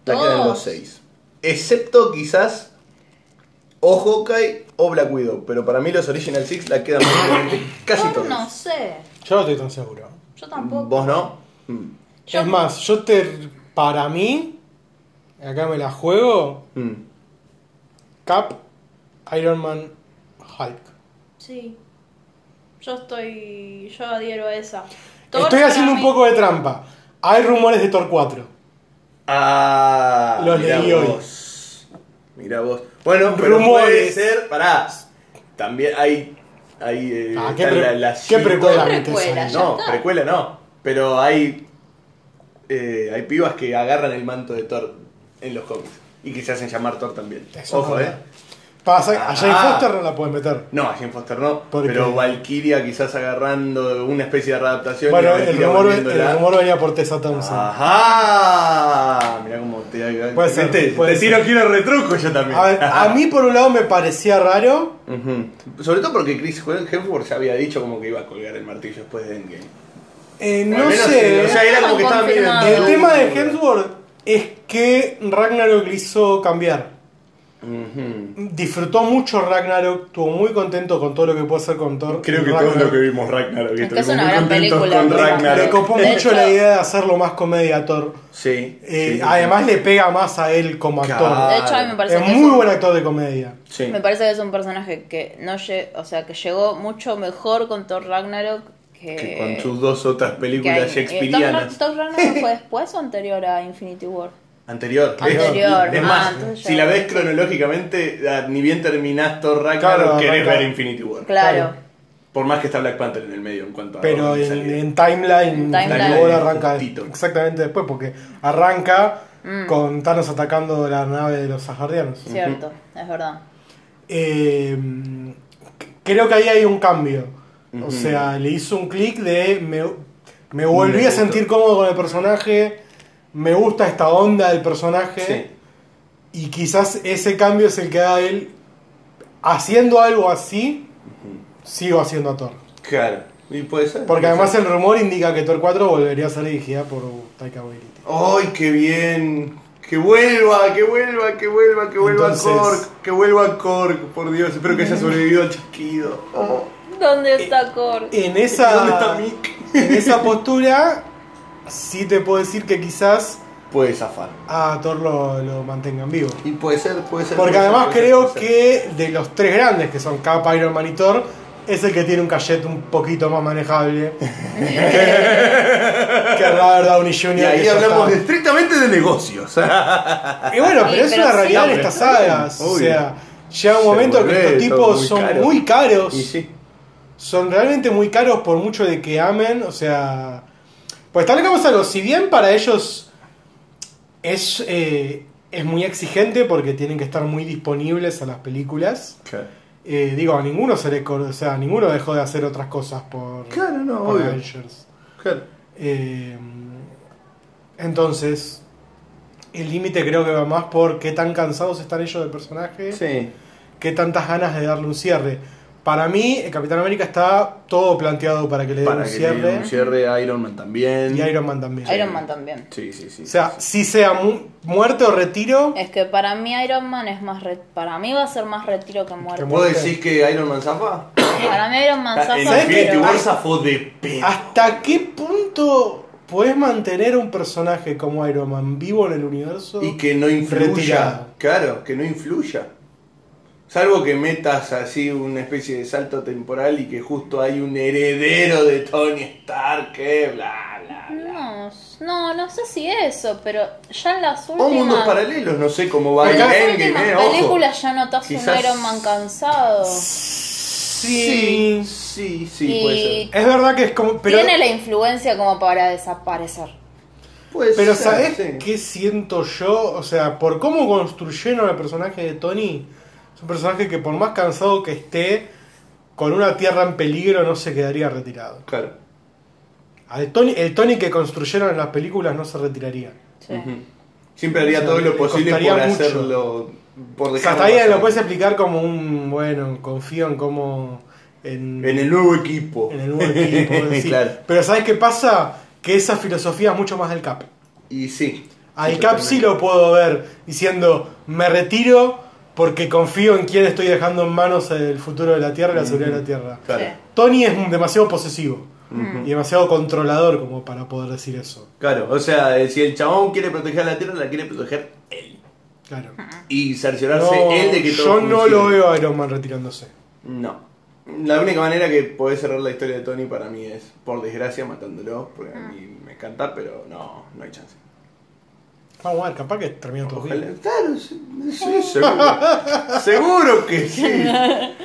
la quedan
Todos.
los seis. Excepto quizás o Hawkeye o Black Widow. Pero para mí los Original Six la
[COUGHS]
quedan prácticamente casi
Yo
todos.
no sé.
Yo no estoy tan seguro.
Yo tampoco.
¿Vos no? Mm.
Yo-
Es más, yo te. Para mí, acá me la juego:
Mm.
Cap, Iron Man, Hulk.
Sí. Yo estoy. Yo adhiero a esa.
Estoy haciendo un poco de trampa. Hay rumores de Thor 4.
Ah,
Los
mirá
leí hoy.
vos. Mirá vos. Bueno, pero puede
Rumores.
ser. Pará. También hay. hay eh,
Ah, ¿qué
está
pre-
la, la
qué
cinco-
precuela
Precuela,
metes ahí?
ya está.
No, precuela no. Pero hay. eh, hay pibas que agarran el manto de Thor en los cómics. Y que se hacen llamar Thor también.
Eso
Ojo,
no.
eh.
Pasa, a Jane
Ah.
Foster no la pueden meter.
No, a Jane Foster no.
¿Por qué?
Pero Valkyria quizás agarrando una especie de readaptación. y a
Bueno, el
Valkyria
rumor,
volviéndola. Ah,
el rumor venía por Tessa Thompson.
Ajá, mirá cómo te.
Puede ser,
¿Viste?
puede
te
ser.
tiro giro retruco yo también.
A, a mí, por un lado, me parecía raro.
[LAUGHS] Ujú. Sobre todo porque Chris Hemsworth ya había dicho como que iba a colgar el martillo después de Endgame.
Eh,
O al
no
menos,
sé.
eh, O sea, era como que estaba medio.
Confirmado.
El tema de Hemsworth es que Ragnarok le hizo cambiar.
Ujú.
Disfrutó mucho Ragnarok, estuvo muy contento con todo lo que pudo hacer con Thor.
Creo que
Ragnarok.
todos lo que vimos Ragnarok.
que es
estuvimos
una
muy
gran
contentos
película,
con
¿no?
Le
Ragnarok.
copó
De
mucho
hecho-
la idea de hacerlo más comedia a Thor.
Sí.
Eh,
sí, sí,
además, le pega más a él como
Claro.
actor.
De hecho, a mí me parece
Es
que
muy
un-
buen actor de comedia.
sí.
Me parece que es un personaje que no lle- o sea, que llegó mucho mejor con Thor Ragnarok que,
Que con sus dos otras
que hay-
películas
eh, Thor Ra-
shakespearianas.
Thor Ragnarok fue después o anterior a Infinity War.
Anterior.
Anterior,
Es
ah,
más,
entonces ya-
si la ves cronológicamente, ah, ni bien terminás Thor Ragnarok,
Claro,
querés
arranca.
ver Infinity War.
Claro.
Por más que está Black Panther en el medio en cuanto a.
Pero
orden de
en,
salida.
en timeline,
En timeline.
la bola arranca
Justito.
exactamente después, porque arranca
Mm.
con Thanos atacando la nave de los Asgardianos.
Cierto, es verdad.
Eh, creo que ahí hay un cambio. O sea, le hizo un clic de me, me volví
Me
a sentir
gustó.
cómodo con el personaje, me gusta esta onda del personaje.
Sí.
Y quizás ese cambio es el que da él haciendo algo así, sigo haciendo a Thor.
Claro. Y puede ser.
Porque
puede
además
ser.
el rumor indica que Thor 4 volvería a ser dirigida por Taika Waititi.
¡Ay, qué bien! ¡Que vuelva, que vuelva, que vuelva, que vuelva
Entonces-
Cork! ¡Que vuelva Cork! Por Dios, espero que haya sobrevivido al
[LAUGHS]
chasquido. Oh.
¿Dónde está Cor?
En esa,
¿Dónde está Mick? [LAUGHS]
en esa postura, sí te puedo decir que quizás
Puede zafar.
a Thor lo, lo mantengan vivo.
Y puede ser, puede ser. puede
Porque
ser,
además
puede ser,
creo
puede ser.
que de los tres grandes, que son Cap, Iron Man y Thor, es el que tiene un cachete un poquito
[LAUGHS]
más manejable [LAUGHS] que, que Robert Downey Jr.
Y
que
ahí
ya
hablamos
está.
estrictamente de negocios. ¿eh?
Y bueno, pero
Sí,
es
pero
una
sí.
realidad
No,
en
pero
estas
está bien,
sagas. O
obvio.
sea, llega un
Se
momento que
vuelve
estos
todo
tipos
muy
son
caro.
muy caros.
y sí.
son realmente muy caros por mucho de que amen, o sea... Pues establezcamos algo, si bien para ellos es, eh, es muy exigente porque tienen que estar muy disponibles a las películas,
Claro,
eh, digo, a ninguno se le... cor- O sea, ninguno dejó de hacer otras cosas por,
Claro, no,
por
obvio.
Avengers.
claro.
Eh, entonces, el límite creo que va más por qué tan cansados están ellos del personaje,
Sí.
qué tantas ganas de darle un cierre. Para mí, el Capitán América está todo planteado para que le den
Para
un
que le
cierre.
den un cierre, Iron Man también.
Y Iron Man también.
Iron Man también.
Sí, sí, sí.
O sea, si sea mu- muerte o retiro,
Es que para mí Iron Man es más re- para mí va a ser más retiro que muerte.
Que mu-
¿Vos decís que Iron Man zafa?
Para mí Iron Man zafa,
En
¿sabés qué?
Infinity
pero-
War zafó de pedo.
¿hasta qué punto podés mantener un personaje como Iron Man vivo en el universo?
Y que no influya.
Retirado.
Claro, que no influya. Salvo que metas así una especie de salto temporal y que justo hay un heredero de Tony Stark, que bla, bla, bla.
No, no, no sé si eso, pero ya en las
O mundos
últimas,
paralelos, no sé cómo va
Porque
el
acá-
Endgame, eh,
últimas
ojo.
películas ya notas un
Quizás-
Iron Man cansado.
Sí, sí, sí,
Y-
puede ser.
Es verdad que es como. Pero,
Tiene la influencia como para desaparecer.
Puede
pero
ser,
¿sabés
sí.
qué siento yo? O sea, por cómo construyeron el personaje de Tony, es un personaje que por más cansado que esté, con una tierra en peligro no se quedaría retirado.
Claro.
Al Tony, el Tony que construyeron en las películas no se retiraría.
Sí.
Ujú. Siempre haría todo
Le
lo posible por
costaría mucho.
hacerlo. Por
O sea,
dejarlo
hasta ahí
pasar.
lo puedes explicar como un. Bueno, confío en cómo. En,
En el nuevo equipo.
en el nuevo
[LAUGHS]
equipo. sí.
Claro.
Pero ¿sabes qué pasa? Que esa filosofía es mucho más del CAP.
Y sí.
Al
Sí,
Ah, Cap sí lo puedo ver diciendo, me retiro porque confío en quien estoy dejando en manos el futuro de la Tierra y la seguridad de la Tierra.
Claro.
Tony es un demasiado posesivo y demasiado controlador como para poder decir eso.
Claro, o sea, eh, si el chabón quiere proteger a la tierra, la quiere proteger él.
Claro.
Y cerciorarse
No,
él de que todo
yo no
funcione.
lo veo a Iron Man retirándose.
No. La única manera que podés cerrar la historia de Tony para mí es, por desgracia, matándolo, porque a mí me encanta, pero no, no hay chance.
Vamos a ver, capaz que termina todo
Ojalá.
bien.
Claro, sí, sí, seguro.
[LAUGHS]
seguro que sí.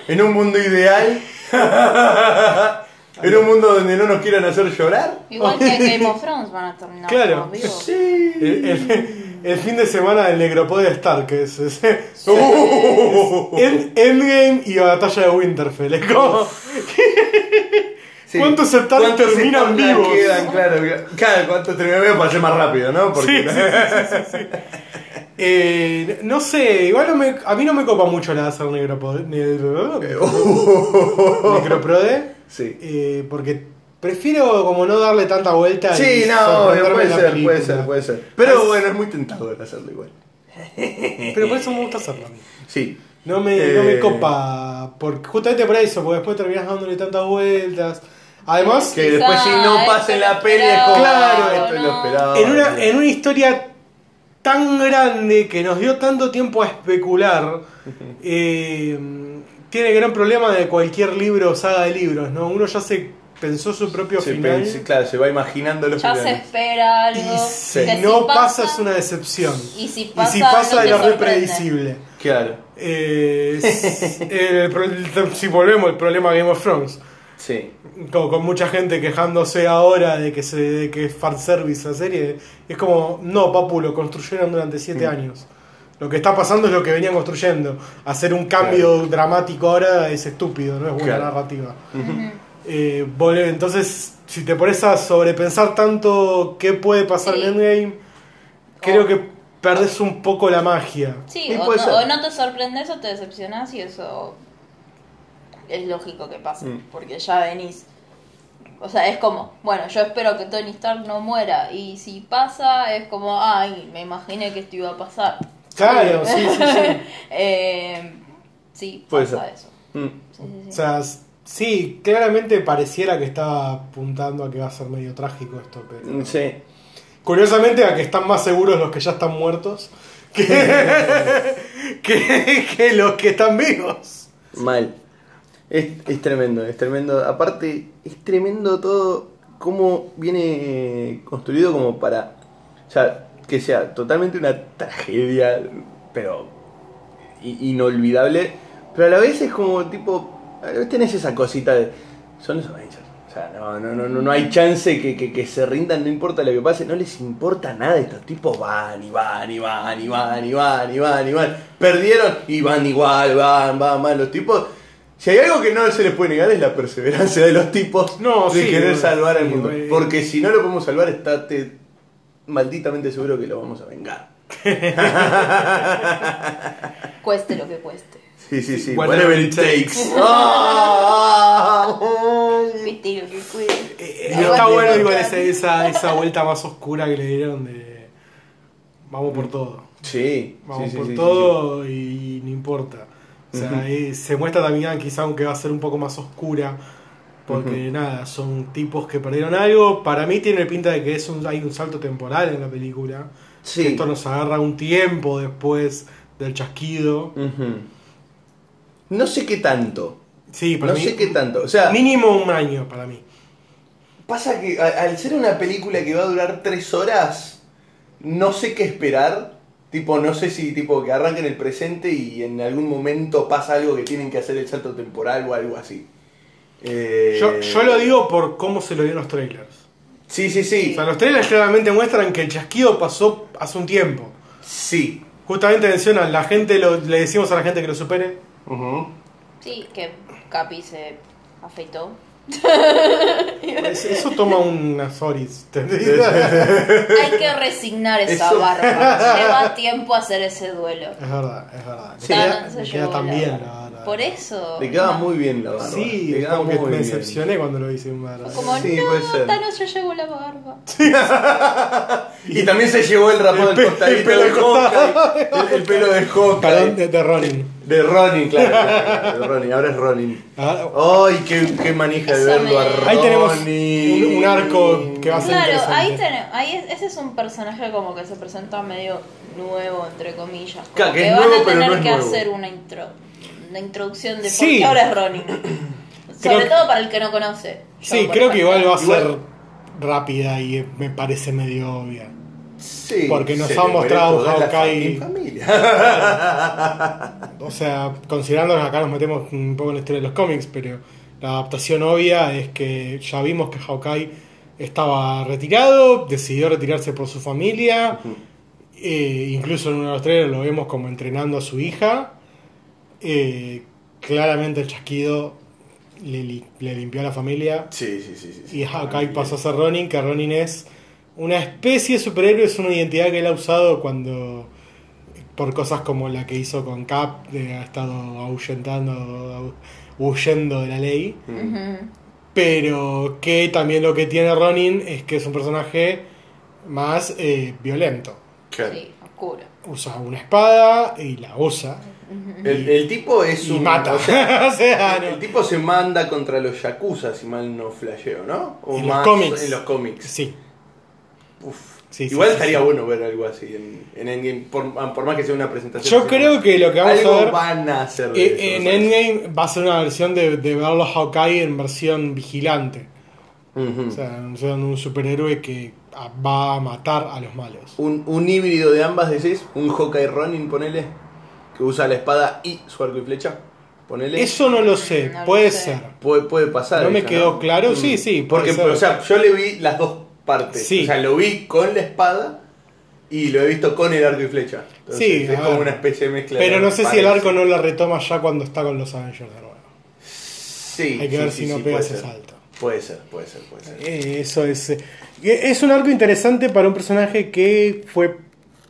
En un mundo ideal. [LAUGHS] en un mundo donde no nos quieran hacer llorar.
Igual
[LAUGHS]
que en Game of Thrones van a terminar
Claro.
todos vivos.
Sí. [LAUGHS]
El, el- el fin de semana del Necropode Stark, que es, es-
[LAUGHS]
[LAUGHS]
Uh.
End- Endgame y Batalla de Winterfell. Es como-
Sí.
¿Cuántos Stark
¿Cuántos
terminan
Stark
vivos?
quedan? claro, claro. Claro, cuántos terminan vivos para ser más rápido, ¿no? Porque
Sí,
[LAUGHS]
sí, Eh, no sé, igual no me- a mí no me copa mucho la de hacer necropode,
Eh, [LAUGHS]
necroprode,
Sí.
eh, porque prefiero como no darle tanta vuelta. y
Sí, no,
sorprenderme
puede
en la
ser,
película.
puede ser, puede ser. Pero bueno, es muy tentador hacerlo igual.
Pero por eso me gusta hacerlo. a mí.
Sí.
No me, no
Eh,
me copa, porque, justamente por eso, porque después terminas dándole tantas vueltas. Además,
Que después si no
Quizá,
pasa en la
esto lo
peli es como...
Claro,
"Ah, esto lo
no.
esperaba.
en una, en una historia tan grande que nos dio tanto tiempo a especular, eh, tiene el gran problema de cualquier libro o saga de libros, ¿no? Uno ya se pensó su propio
se
final
pensa- claro, se va imaginando los
Ya se
finales.
espera algo.
y si
que si
no pasa es una decepción.
Y si
y si
pasa, no
pasa
te
era re
sorprende.
predecible.
Claro,
Eh,
[LAUGHS]
es- el pro- el- si volvemos al problema Game of Thrones,
sí.
con, con mucha gente quejándose ahora de que se de que es fanservice la serie. Es como, no, papu, lo construyeron durante siete años. Lo que está pasando es lo que venían construyendo. Hacer un cambio dramático ahora es estúpido, no es buena
Claro.
narrativa. Eh, volve- entonces, si te pones a sobrepensar tanto qué puede pasar
Sí.
en Endgame, creo
O-
que perdés un poco la magia.
Sí,
Sí,
o
puede
no,
ser.
o no te sorprendes o te decepcionas y eso es lógico que pase,
Mm.
porque ya venís. O sea, es como, bueno, yo espero que Tony Stark no muera y si pasa es como, ay, me imaginé que esto iba a pasar. [LAUGHS]
Claro, sí, sí, sí.
Eh, sí,
Puede
pasa
ser.
eso.
Mm.
Sí, sí, sí.
O sea, s- sí, claramente pareciera que estaba apuntando a que va a ser medio trágico esto, pero...
Mm, Sí.
Curiosamente a que están más seguros los que ya están muertos que, [LAUGHS] que, que los que están vivos.
Mal. Es, es tremendo, es tremendo. Aparte, es tremendo todo cómo viene eh, construido como para... O sea, que sea totalmente una tragedia, pero i- inolvidable. Pero a la vez es como tipo... A la vez tenés esa cosita de... Son los Avengers. O sea, no, no, no, no, no hay chance que, que- que se rindan, no importa lo que pase, no les importa nada. Estos tipos van y van y van y van y van y van y van. Perdieron y van igual, van, van, van. Los tipos. Si hay algo que no se les puede negar es la perseverancia de los tipos
No,
de
sí,
querer
bueno,
salvar al
sí,
mundo.
bueno.
Porque si no lo podemos salvar, estate malditamente seguro que lo vamos a vengar.
Cueste lo que cueste.
Sí, sí, sí.
Whatever
Whatever,
it
it [LAUGHS] takes. Ah, ah, ah.
Cueste lo que cueste.
Eh,
Igual
está
que
bueno
no,
igual
claro.
esa, esa, esa vuelta más oscura que le dieron de vamos
Mm.
por todo.
Sí, sí,
Vamos
sí,
por
sí, sí,
todo y no importa. O sea,
Ujú.
eh, se muestra también quizá aunque va a ser un poco más oscura. Porque nada, son tipos que perdieron algo. Para mí tiene pinta de que es un, hay un salto temporal en la película.
sí.
Que Esto nos agarra un tiempo después del chasquido.
Ujú. No sé qué tanto.
Sí, para
No
mí.
sé qué tanto. O sea,
Mínimo un año para mí.
pasa que a- al ser una película que va a durar tres horas, no sé qué esperar. Tipo, no sé si tipo que arranquen el presente y en algún momento pasa algo que tienen que hacer el salto temporal o algo así. Eh,
Yo, yo lo digo por cómo se lo dio en los trailers.
Sí, sí,
O
sí.
sea, los trailers claramente muestran que el chasquido pasó hace un tiempo.
Sí.
Justamente mencionan, la gente lo- le decimos a la gente que lo supere.
Ujú. [LAUGHS]
Sí, que Capi se afeitó.
Es- eso toma unas horas. ¿entendés?
Hay que resignar esa
Eso- [LAUGHS]
barba. Lleva tiempo hacer ese duelo.
Es verdad, es verdad. Me
Sí.
queda,
Thanos
me
se
queda
llevó
tan
la
bien,
barba.
la verdad.
Por eso.
Le quedaba
No.
muy bien la barba.
Sí,
Le
es
quedaba
como que
muy
me
bien.
decepcioné cuando lo hice en barba.
Fue Como
Sí, puede
no,
ser.
Thanos se llevó la barba.
Y también se llevó el rapón del
El pe- el
costadito
pelo
de
del
Hawkeye. El, el pelo de Hawkeye.
Perdón, de, de Ronin.
De Ronin, claro. claro, claro, de Ronin, ahora es Ronin.
Ah,
Ay, qué, qué manija de
Eso
verlo a
me-
Ronin.
Ahí tenemos un- un arco que va a ser-
Claro, ahí,
interesante.
ten- ahí es- ese es un personaje como que se presenta medio nuevo, entre comillas. Como
Claro, que
que
es
van
nuevo,
a
pero
tener
no es
que
nuevo.
hacer una, intro, una introducción de por
Sí.
qué ahora es
[COUGHS]
Ronin.
Creo
Sobre
que-
todo para el que no conoce. Yo,
Sí,
por
creo que
ejemplo.
igual va a ser
Igual-
rápida y eh, me parece medio obvia.
Sí,
Porque nos
se
ha
le muere
mostrado
toda la
Hawkeye.
fucking familia. [LAUGHS]
O sea, considerando que acá nos metemos un poco en la historia de los cómics, pero la adaptación obvia es que ya vimos que Hawkeye estaba retirado, decidió retirarse por su familia, eh, incluso en uno de los trailers lo vemos como entrenando a su hija. Eh, claramente el chasquido le, li- le limpió a la familia
Sí, sí, sí. sí, sí.
y Hawkeye pasó a ser Ronin, que Ronin es una especie de superhéroe, es una identidad que él ha usado cuando por cosas como la que hizo con Cap, de- ha estado ahuyentando, huyendo de la ley,
Mm.
Ujú.
pero que también lo que tiene Ronin es que es un personaje más eh, violento.
Claro.
Sí, oscuro.
Usa una espada y la usa
El, el tipo es
y
un.
mata.
o sea,
[LAUGHS] O sea,
el,
no.
el tipo se manda contra los yakuza, si mal no flasheo, ¿no? O
En los
más
cómics.
En los cómics.
Sí,
Uf.
sí, sí,
Igual
sí,
estaría
sí.
bueno ver algo así en, en Endgame, por, por más que sea una presentación.
Yo creo que lo que vamos
algo
a ver...
van a hacer. de
Eh,
eso,
en
¿sabes?
Endgame va a ser una versión de, de verlo a Hawkeye en versión vigilante.
Ujú.
O sea, en versión de un superhéroe que a- va a matar a los malos.
un, un híbrido de ambas, decís. Un Hawkeye Ronin, ponele. Que usa la espada y su arco y flecha. Ponele.
Eso no lo sé,
No lo
puede
sé.
ser.
Puede, puede pasar.
No me
eso, Mm.
quedó claro, sí, sí, puede
Porque,
ser.
o sea, yo le vi las dos partes.
Sí.
O sea, lo vi con la espada y lo he visto con el arco y flecha. Entonces,
Sí,
es
a
como
ver.
una especie de mezcla.
Pero
de-
no sé si el
parece.
arco no la retoma ya cuando está con los Avengers de nuevo.
Sí,
Hay que
sí,
ver
sí,
si no
sí,
pega
puede
ese
ser.
salto.
Puede ser, puede ser, puede ser.
Eh, eso es. eh, Es un arco interesante para un personaje que fue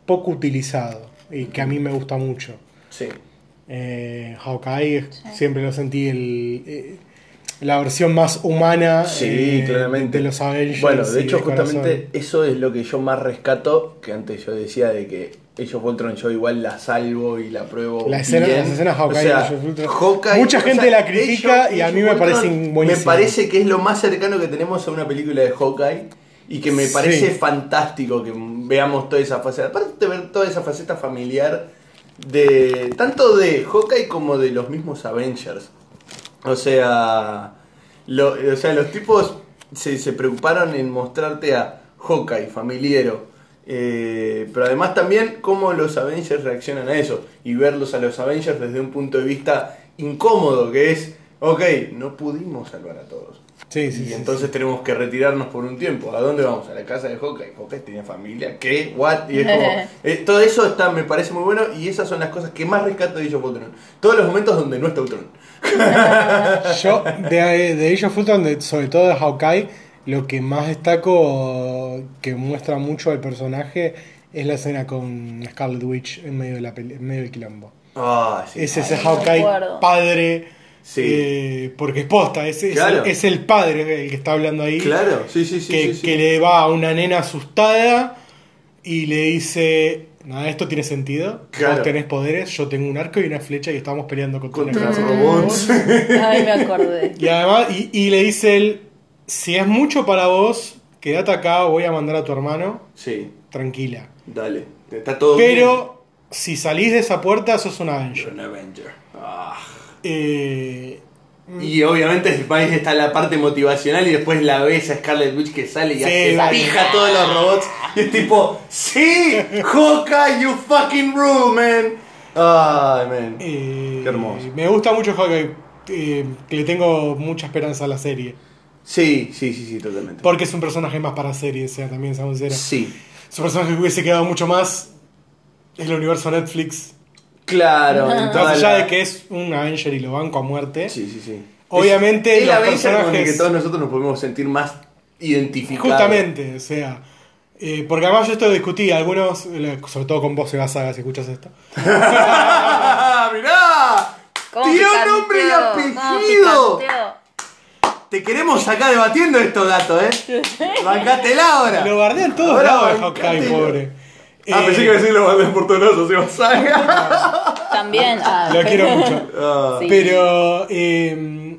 poco utilizado y que a mí me gusta mucho.
Sí.
Eh, Hawkeye siempre lo sentí el, eh, la versión más humana
Sí,
eh,
claramente.
de los Avengers.
Bueno, de
y
hecho,
corazón.
justamente eso es lo que yo más rescato. Que antes yo decía de que ellos of Ultron, yo igual la salvo y la pruebo.
La escena-
bien.
las escenas Hawkeye
O sea,
de Age of Ultron.
Hawkeye-
Mucha
o
gente
sea,
la critica
Age of-
y a mí
Age of
me parecen
Ultron
buenísimas.
Me parece que es lo más cercano que tenemos a una película de Hawkeye. Y que me
Sí.
parece fantástico que veamos toda esa faceta. Aparte de ver toda esa faceta familiar de. tanto de Hawkeye como de los mismos Avengers. O sea, lo- o sea, los tipos se, se preocuparon en mostrarte a Hawkeye, familiero. Eh, pero además también cómo los Avengers reaccionan a eso. Y verlos a los Avengers desde un punto de vista incómodo, que es, ok, no pudimos salvar a todos.
Sí, sí,
Y
sí,
entonces tenemos que retirarnos por un tiempo. ¿A dónde vamos? A la casa de Hawkeye. Hawkeye tiene familia. ¿Qué? ¿What? Y es como, eh, todo eso está, me parece muy bueno y esas son las cosas que más rescato de Age of Ultron. Todos los momentos donde no está Ultron.
sí. [LAUGHS] Yo, de, de Age of Ultron, de- sobre todo de Hawkeye, lo que más destaco que muestra mucho al personaje es la escena con Scarlet Witch en medio, de la peli- en medio del quilombo.
Ah, sí.
Es ese
Ay, no
Hawkeye
me acuerdo.
padre.
Sí.
eh, porque es posta, es, es-
Claro.
es el padre el que está hablando ahí.
Claro, sí, sí, sí.
que,
sí, sí.
que le va a una nena asustada y le dice: Nada, esto tiene sentido.
Claro.
Vos tenés poderes, yo tengo un arco y una flecha y estamos peleando contra,
Contra
una
los
clase
robots.
Ay, me acordé.
Y además, y, y le dice él: Si es mucho para vos, quédate acá, voy a mandar a tu hermano,
[LAUGHS] Sí,
tranquila.
dale. Está todo bien.
Pero si salís de esa puerta, sos un
You're
Avenger.
an Avenger. Ah.
Eh,
Y obviamente después está la parte motivacional y después la ves a Scarlet Witch que sale y
Sí,
hace
dale.
pija a todos los robots. Y es tipo, sí, Hawkeye, you fucking rule, man. Ay, man.
eh,
Qué hermoso.
Me gusta mucho Hawkeye. eh, que le tengo mucha esperanza a la serie.
Sí, sí, sí, sí, totalmente.
Porque es un personaje más para serie, o sea, también seamos sinceros.
Sí.
Es un personaje que hubiese quedado mucho más en el universo Netflix.
Claro, en
Más
toda
allá
la-
de que es un Avenger y lo banco a muerte.
Ah. Sí, sí, sí.
Obviamente
es, es la
los
Avenger con el que
personajes-
todos nosotros nos podemos sentir más identificados.
Justamente, o sea. eh, porque además yo esto lo discutí, algunos, eh, sobre todo con vos, Sebasaga, si escuchas esto.
Ah, ¡Mirá!
¿Cómo
¡Tiró
picanteó?
nombre y
¿Cómo
apellido!
picanteó?
Te queremos acá debatiendo esto, gato, ¿eh?
[LAUGHS]
Bancátela ahora.
Lo bardean todos
Ahora
lados de
bancátelo.
Hawkeye, pobre.
Ah,
Eh,
pensé que iba a decir lo mandé por todos lados, así va [LAUGHS] saga.
También. ah,
Lo quiero mucho.
Ah,
Sí.
Pero. eh,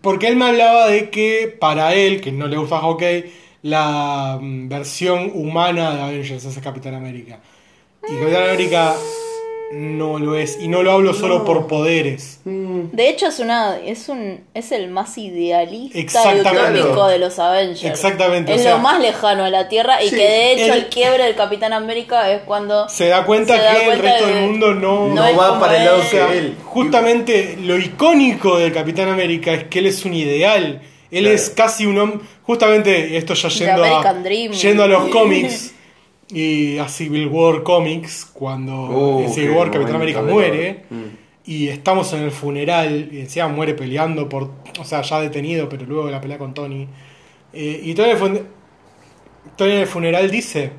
porque él me hablaba de que para él, que no le gusta Hawkeye, la mm, versión humana de Avengers es Capitán América. Y Capitán América no lo es. Y no lo hablo solo por poderes.
De hecho es una es un es el más idealista y
Exactamente.
utópico de los Avengers.
Exactamente,
Es
o sea-
lo más lejano a la Tierra y
Sí,
que de hecho
él-
el quiebre del Capitán América es cuando
Se da cuenta
Se da
que el
cuenta
resto
de-
del mundo no.
No
es
va
como
para el lado
él.
O sea,
que él.
justamente lo icónico del Capitán América es que él es un ideal. Él
Claro.
es casi un hombre. Justamente esto ya
The
yendo a,
American Dream.
yendo
[LAUGHS]
a los cómics y a Civil War Comics, cuando
Oh,
en Civil
qué Mm,
War Capitán
momento,
América
de
muere eh.
verdad.
y estamos en el funeral y encima muere peleando por. O sea, ya detenido, pero luego de la pelea con Tony. Eh, y Tony en el fun- Tony en el funeral dice: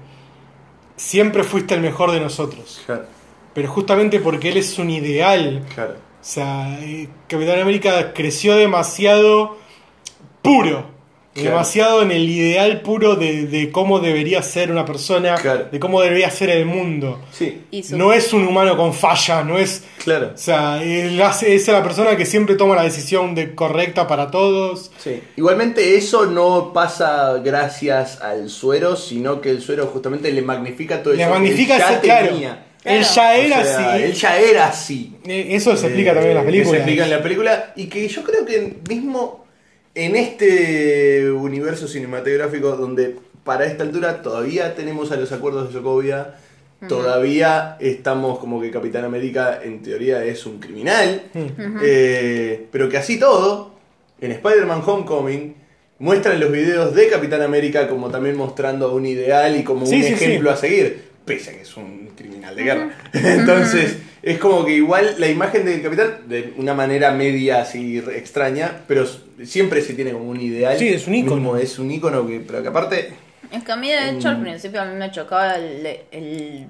Siempre fuiste el mejor de nosotros.
Claro,
Pero justamente porque él es un ideal.
claro.
O sea, eh, Capitán América creció demasiado puro.
Claro.
Demasiado en el ideal puro de, de cómo debería ser una persona,
Claro.
de cómo debería ser el mundo.
Sí,
Y su-
No es un humano con fallas, no es.
claro.
O sea, él hace- es la persona que siempre toma la decisión de correcta para todos.
Sí. Igualmente eso no pasa gracias al suero, sino que el suero justamente le magnifica todo
Le
eso. que
magnifica
ya
ese, claro.
tenía.
Él
Claro.
ya
O
era
sea,
así.
Él ya era así.
Eh, Eso se explica
Eh,
también en las
que
películas.
Se explica en la película y que yo creo que mismo en este universo cinematográfico donde para esta altura todavía tenemos a los acuerdos de Sokovia, todavía estamos como que Capitán América en teoría es un criminal, eh, pero que así todo, en Spider-Man Homecoming muestran los videos de Capitán América como también mostrando un ideal y como
Sí,
un
sí, sí.
ejemplo a seguir, pese a que es un criminal de guerra. [LAUGHS] Entonces, es como que igual la imagen del capitán, de una manera media así re- extraña, pero s- siempre se tiene como un ideal.
Sí, es un ícono.
Mismo, es un ícono que, pero que aparte,
Es que a mí, de hecho, al principio a mí me chocaba el, el,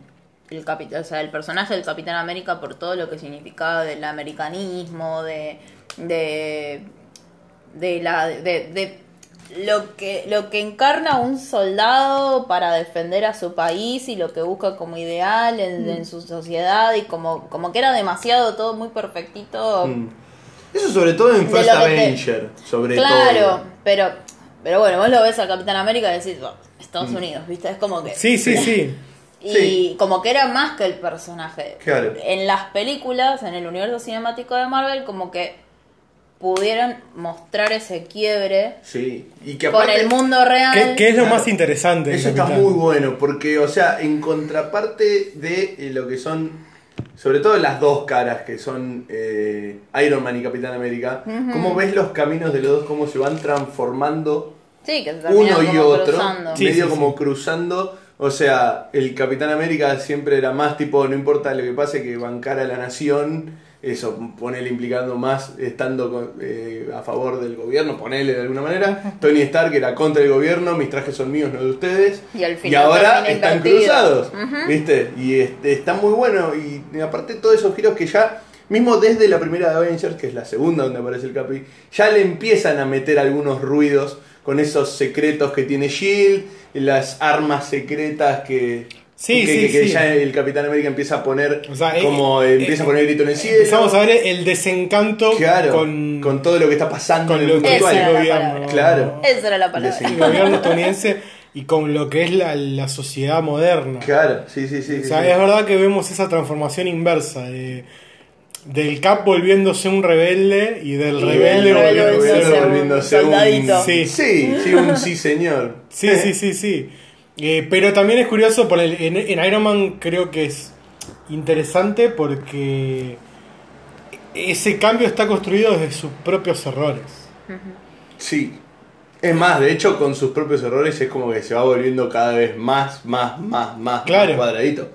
el, capi- o sea, el personaje del Capitán América por todo lo que significaba del americanismo, de. de. de la. de. de lo que, lo que encarna un soldado para defender a su país y lo que busca como ideal en, en su sociedad y como, como que era demasiado todo muy perfectito
Mm, eso sobre todo en
De
First
lo que te-
Avenger, sobre
claro,
todo.
pero pero bueno, vos lo ves al Capitán América y decís, "Buah, Estados Unidos, ¿viste? Es como que...
Sí, sí, sí.
Y
Sí.
como que era más que el personaje.
Claro.
En las películas, en el universo cinemático de Marvel, como que pudieron mostrar ese quiebre
Sí, y que
con
aparte,
el mundo
Que,
real.
que es lo
Claro.
más interesante. del
Eso está
Capitán.
muy bueno, porque, o sea, en contraparte de eh, lo que son, sobre todo las dos caras que son eh, Iron Man y Capitán América, cómo ves los caminos de los dos, cómo se van transformando
Sí, que se
uno
terminaron
y
como
otro,
cruzando.
Sí.
medio como cruzando. O sea, el Capitán América siempre era más tipo, no importa lo que pase, que bancar a la nación. eso, ponele implicando más, estando con- eh, a favor del gobierno, ponele de alguna
[LAUGHS]
manera. Tony Stark era contra el gobierno, mis trajes son míos, no de ustedes.
Y al final
ahora
termina
están
invertido.
cruzados,
Ujú.
¿viste? Y este, está muy bueno. Y aparte todos esos giros que ya, mismo desde la primera de Avengers, que es la segunda donde aparece el Capi, ya le empiezan a meter algunos ruidos con esos secretos que tiene Shield, E las armas secretas que...
Sí,
que,
sí,
que- que
sí.
ya el Capitán América empieza a poner
O sea, eh,
como
eh,
empieza a poner el grito en el cielo.
Empezamos a ver el desencanto
Claro,
con,
con, todo lo que está pasando
con
en
lo
el
que es
mundo
Esa
el
era la
actual.
gobierno.
palabra.
Claro.
Esa era la palabra.
Decime.
El gobierno estadounidense y con lo que es la, la sociedad moderna.
Claro, sí, sí, sí.
O
sí,
sea,
sí.
es verdad que vemos esa transformación inversa de- del Cap volviéndose un rebelde y del
Y
rebelde
del rebelde
El
volviéndose
gobierno
volviéndose
un-
un-
volviéndose un-
soldadito.
Sí.
Sí.
sí, un sí señor.
Sí, sí, sí, sí. Eh, pero también es curioso, por el, en, en Iron Man creo que es interesante porque ese cambio está construido desde sus propios errores.
Sí. Es más, de hecho, con sus propios errores es como que se va volviendo cada vez más, más, más, más,
Claro.
más cuadradito.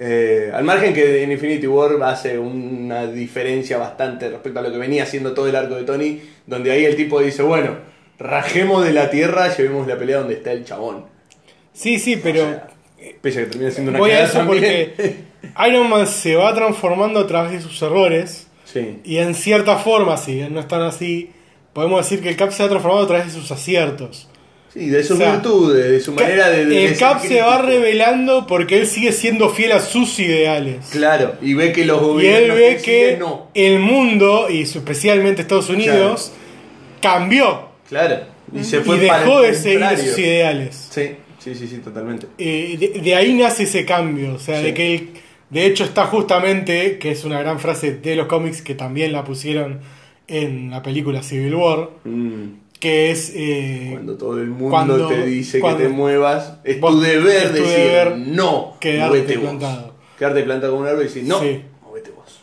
Eh, al margen que en Infinity War hace una diferencia bastante respecto a lo que venía haciendo todo el arco de Tony, donde ahí el tipo dice, bueno, rajemos de la tierra, llevemos la pelea donde está el chabón.
Sí, sí, pero...
Ah, Pese a que termina siendo una
Voy a
cagada
eso
también.
porque Iron Man se va transformando a través de sus errores
[LAUGHS] Sí,
y en cierta forma, si bien no están así, podemos decir que el Cap se ha transformado a través de sus aciertos.
sí, de sus
O sea,
virtudes, de su manera de... de- de
el
ser
Cap se va
crítico.
revelando porque él sigue siendo fiel a sus ideales.
Claro, y ve que los
Y él
gobiernos
ve
siguen,
que
no.
el mundo, y especialmente Estados Unidos, cambió
Claro, y se fue
y
para
dejó
el
de seguir
contrario.
sus ideales.
Sí, sí, sí, sí, totalmente.
Eh, de, de ahí nace ese cambio, o sea,
Sí.
de que él, de hecho está justamente, que es una gran frase de los cómics que también la pusieron en la película Civil War, que es...
Mm.
eh,
Cuando todo el mundo
Cuando-
te dice
cuando-
que te muevas, es
vos-
tu deber
es tu
decir
deber
no,
quedarte
movete vos".
plantado.
Quedarte plantado con un árbol y decir no,
Sí.
movete vos.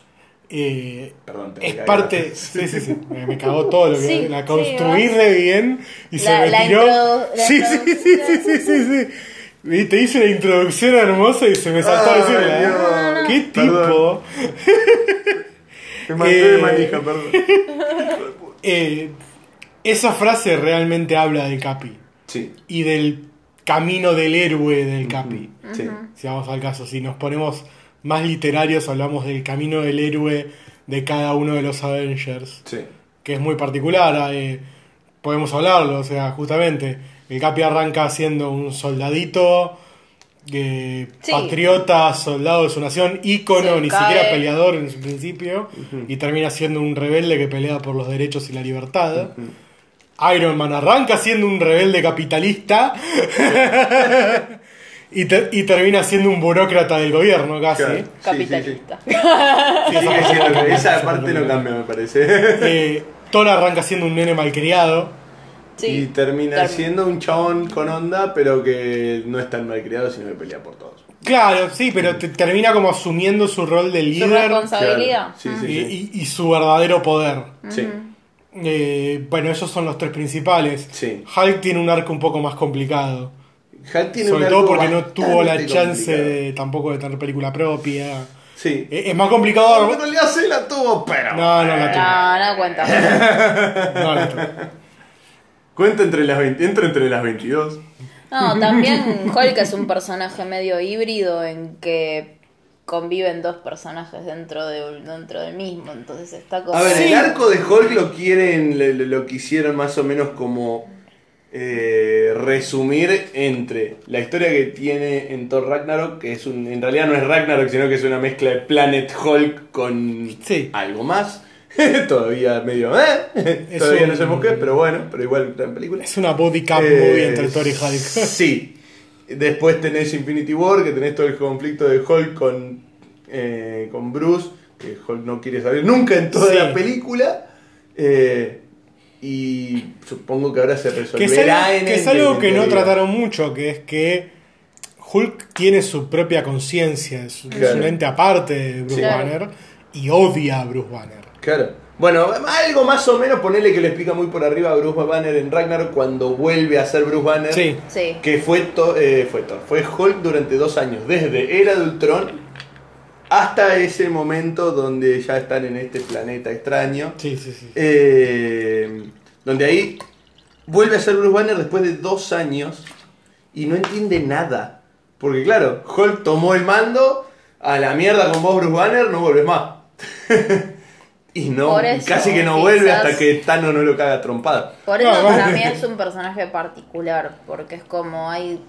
eh,
Perdón, te
es
voy a [LAUGHS]
parte,
cagar.
sí, sí, sí, me, me cagó todo lo que
Sí,
la
sí,
construí
vas.
re bien y se
La-
me
la
tiró.
introdu- la
sí, sí, sí, sí, sí, sí, sí. Y te hice una introducción hermosa y se me saltó
Ay,
decirla.
Dios.
¿eh? ¿Qué
Perdón.
tipo?
Te
maté de manija,
perdón.
Eh, esa frase realmente habla del Capi
Sí.
y del camino del héroe del Capi.
Sí.
Si vamos al caso, si nos ponemos más literarios, hablamos del camino del héroe de cada uno de los Avengers.
Sí.
que es muy particular, eh, podemos hablarlo, o sea, justamente, el Capi arranca siendo un soldadito, eh,
Sí.
patriota, soldado de su nación, ícono,
Se
ni
cae.
siquiera peleador en su principio, y termina siendo un rebelde que pelea por los derechos y la libertad. Iron Man arranca siendo un rebelde capitalista [LAUGHS] y, ter- y termina siendo un burócrata del gobierno casi.
Claro. Sí,
Capitalista.
Sí, sigue siendo- esa parte no cambia, me parece.
Eh, Thor arranca siendo un nene malcriado.
Sí.
y termina
Term-
siendo un chabón con onda, pero que no es tan malcriado, sino que pelea por todos.
Claro, sí, pero te- termina como asumiendo su rol de
Su
líder
Claro.
responsabilidad.
Sí,
y,
sí, sí.
y- y su verdadero poder.
Sí.
Eh, bueno, esos son los tres principales.
Sí.
Hulk tiene un arco un poco más complicado.
Hulk tiene un
sobre todo
arco
porque no tuvo la
bastante
chance
complicado.
de- tampoco de tener película propia.
Sí.
Eh, es más complicado.
No, [LAUGHS] en realidad sí la tuvo, pero.
No, no la
No, no cuenta.
No, no, no.
Cuenta entre las 20, entra entre las 22.
No, también Hulk es un personaje medio híbrido en que conviven dos personajes dentro de dentro del mismo, entonces está como
A ver,
Sí.
el arco de Hulk lo quieren, lo, lo- lo quisieron más o menos como eh, resumir entre la historia que tiene en Thor Ragnarok, que es un, en realidad no es Ragnarok, sino que es una mezcla de Planet Hulk con
Sí.
algo más. [LAUGHS] Todavía medio, ¿eh? [LAUGHS]
Es
Todavía no
un-
sabemos qué, pero bueno, pero igual gran película.
Es una body cap
Eh,
movie entre Thor y Hulk. [LAUGHS]
Sí. Después tenés Infinity War, que tenés todo el conflicto de Hulk con, eh, con Bruce, que Hulk no quiere saber nunca en toda
Sí.
la película. Eh, y supongo que ahora se
que
resolverá
es algo
en
que,
el-
es algo
en
que no
teoría.
trataron mucho, que es que Hulk tiene su propia conciencia, es, es
Claro.
un ente aparte de Bruce
Sí.
Banner y odia a Bruce Banner.
Claro. Bueno, algo más o menos, ponele que le explica muy por arriba a Bruce Banner en Ragnar cuando vuelve a ser Bruce Banner.
Sí.
Sí.
Que fue, to- eh, fue, Thor, fue Hulk durante dos años, desde Era de Ultron Hasta ese momento donde ya están en este planeta extraño.
Sí, sí, sí.
Eh, donde ahí vuelve a ser Bruce Banner después de dos años y no entiende nada. Porque claro, Hulk tomó el mando, a la mierda con vos Bruce Banner, no vuelves más. [LAUGHS] y no,
Por eso,
casi que no vuelve
quizás-
hasta que Thanos no lo caga a trompada.
Por eso
No,
para
vale.
mí es un personaje particular, porque es como hay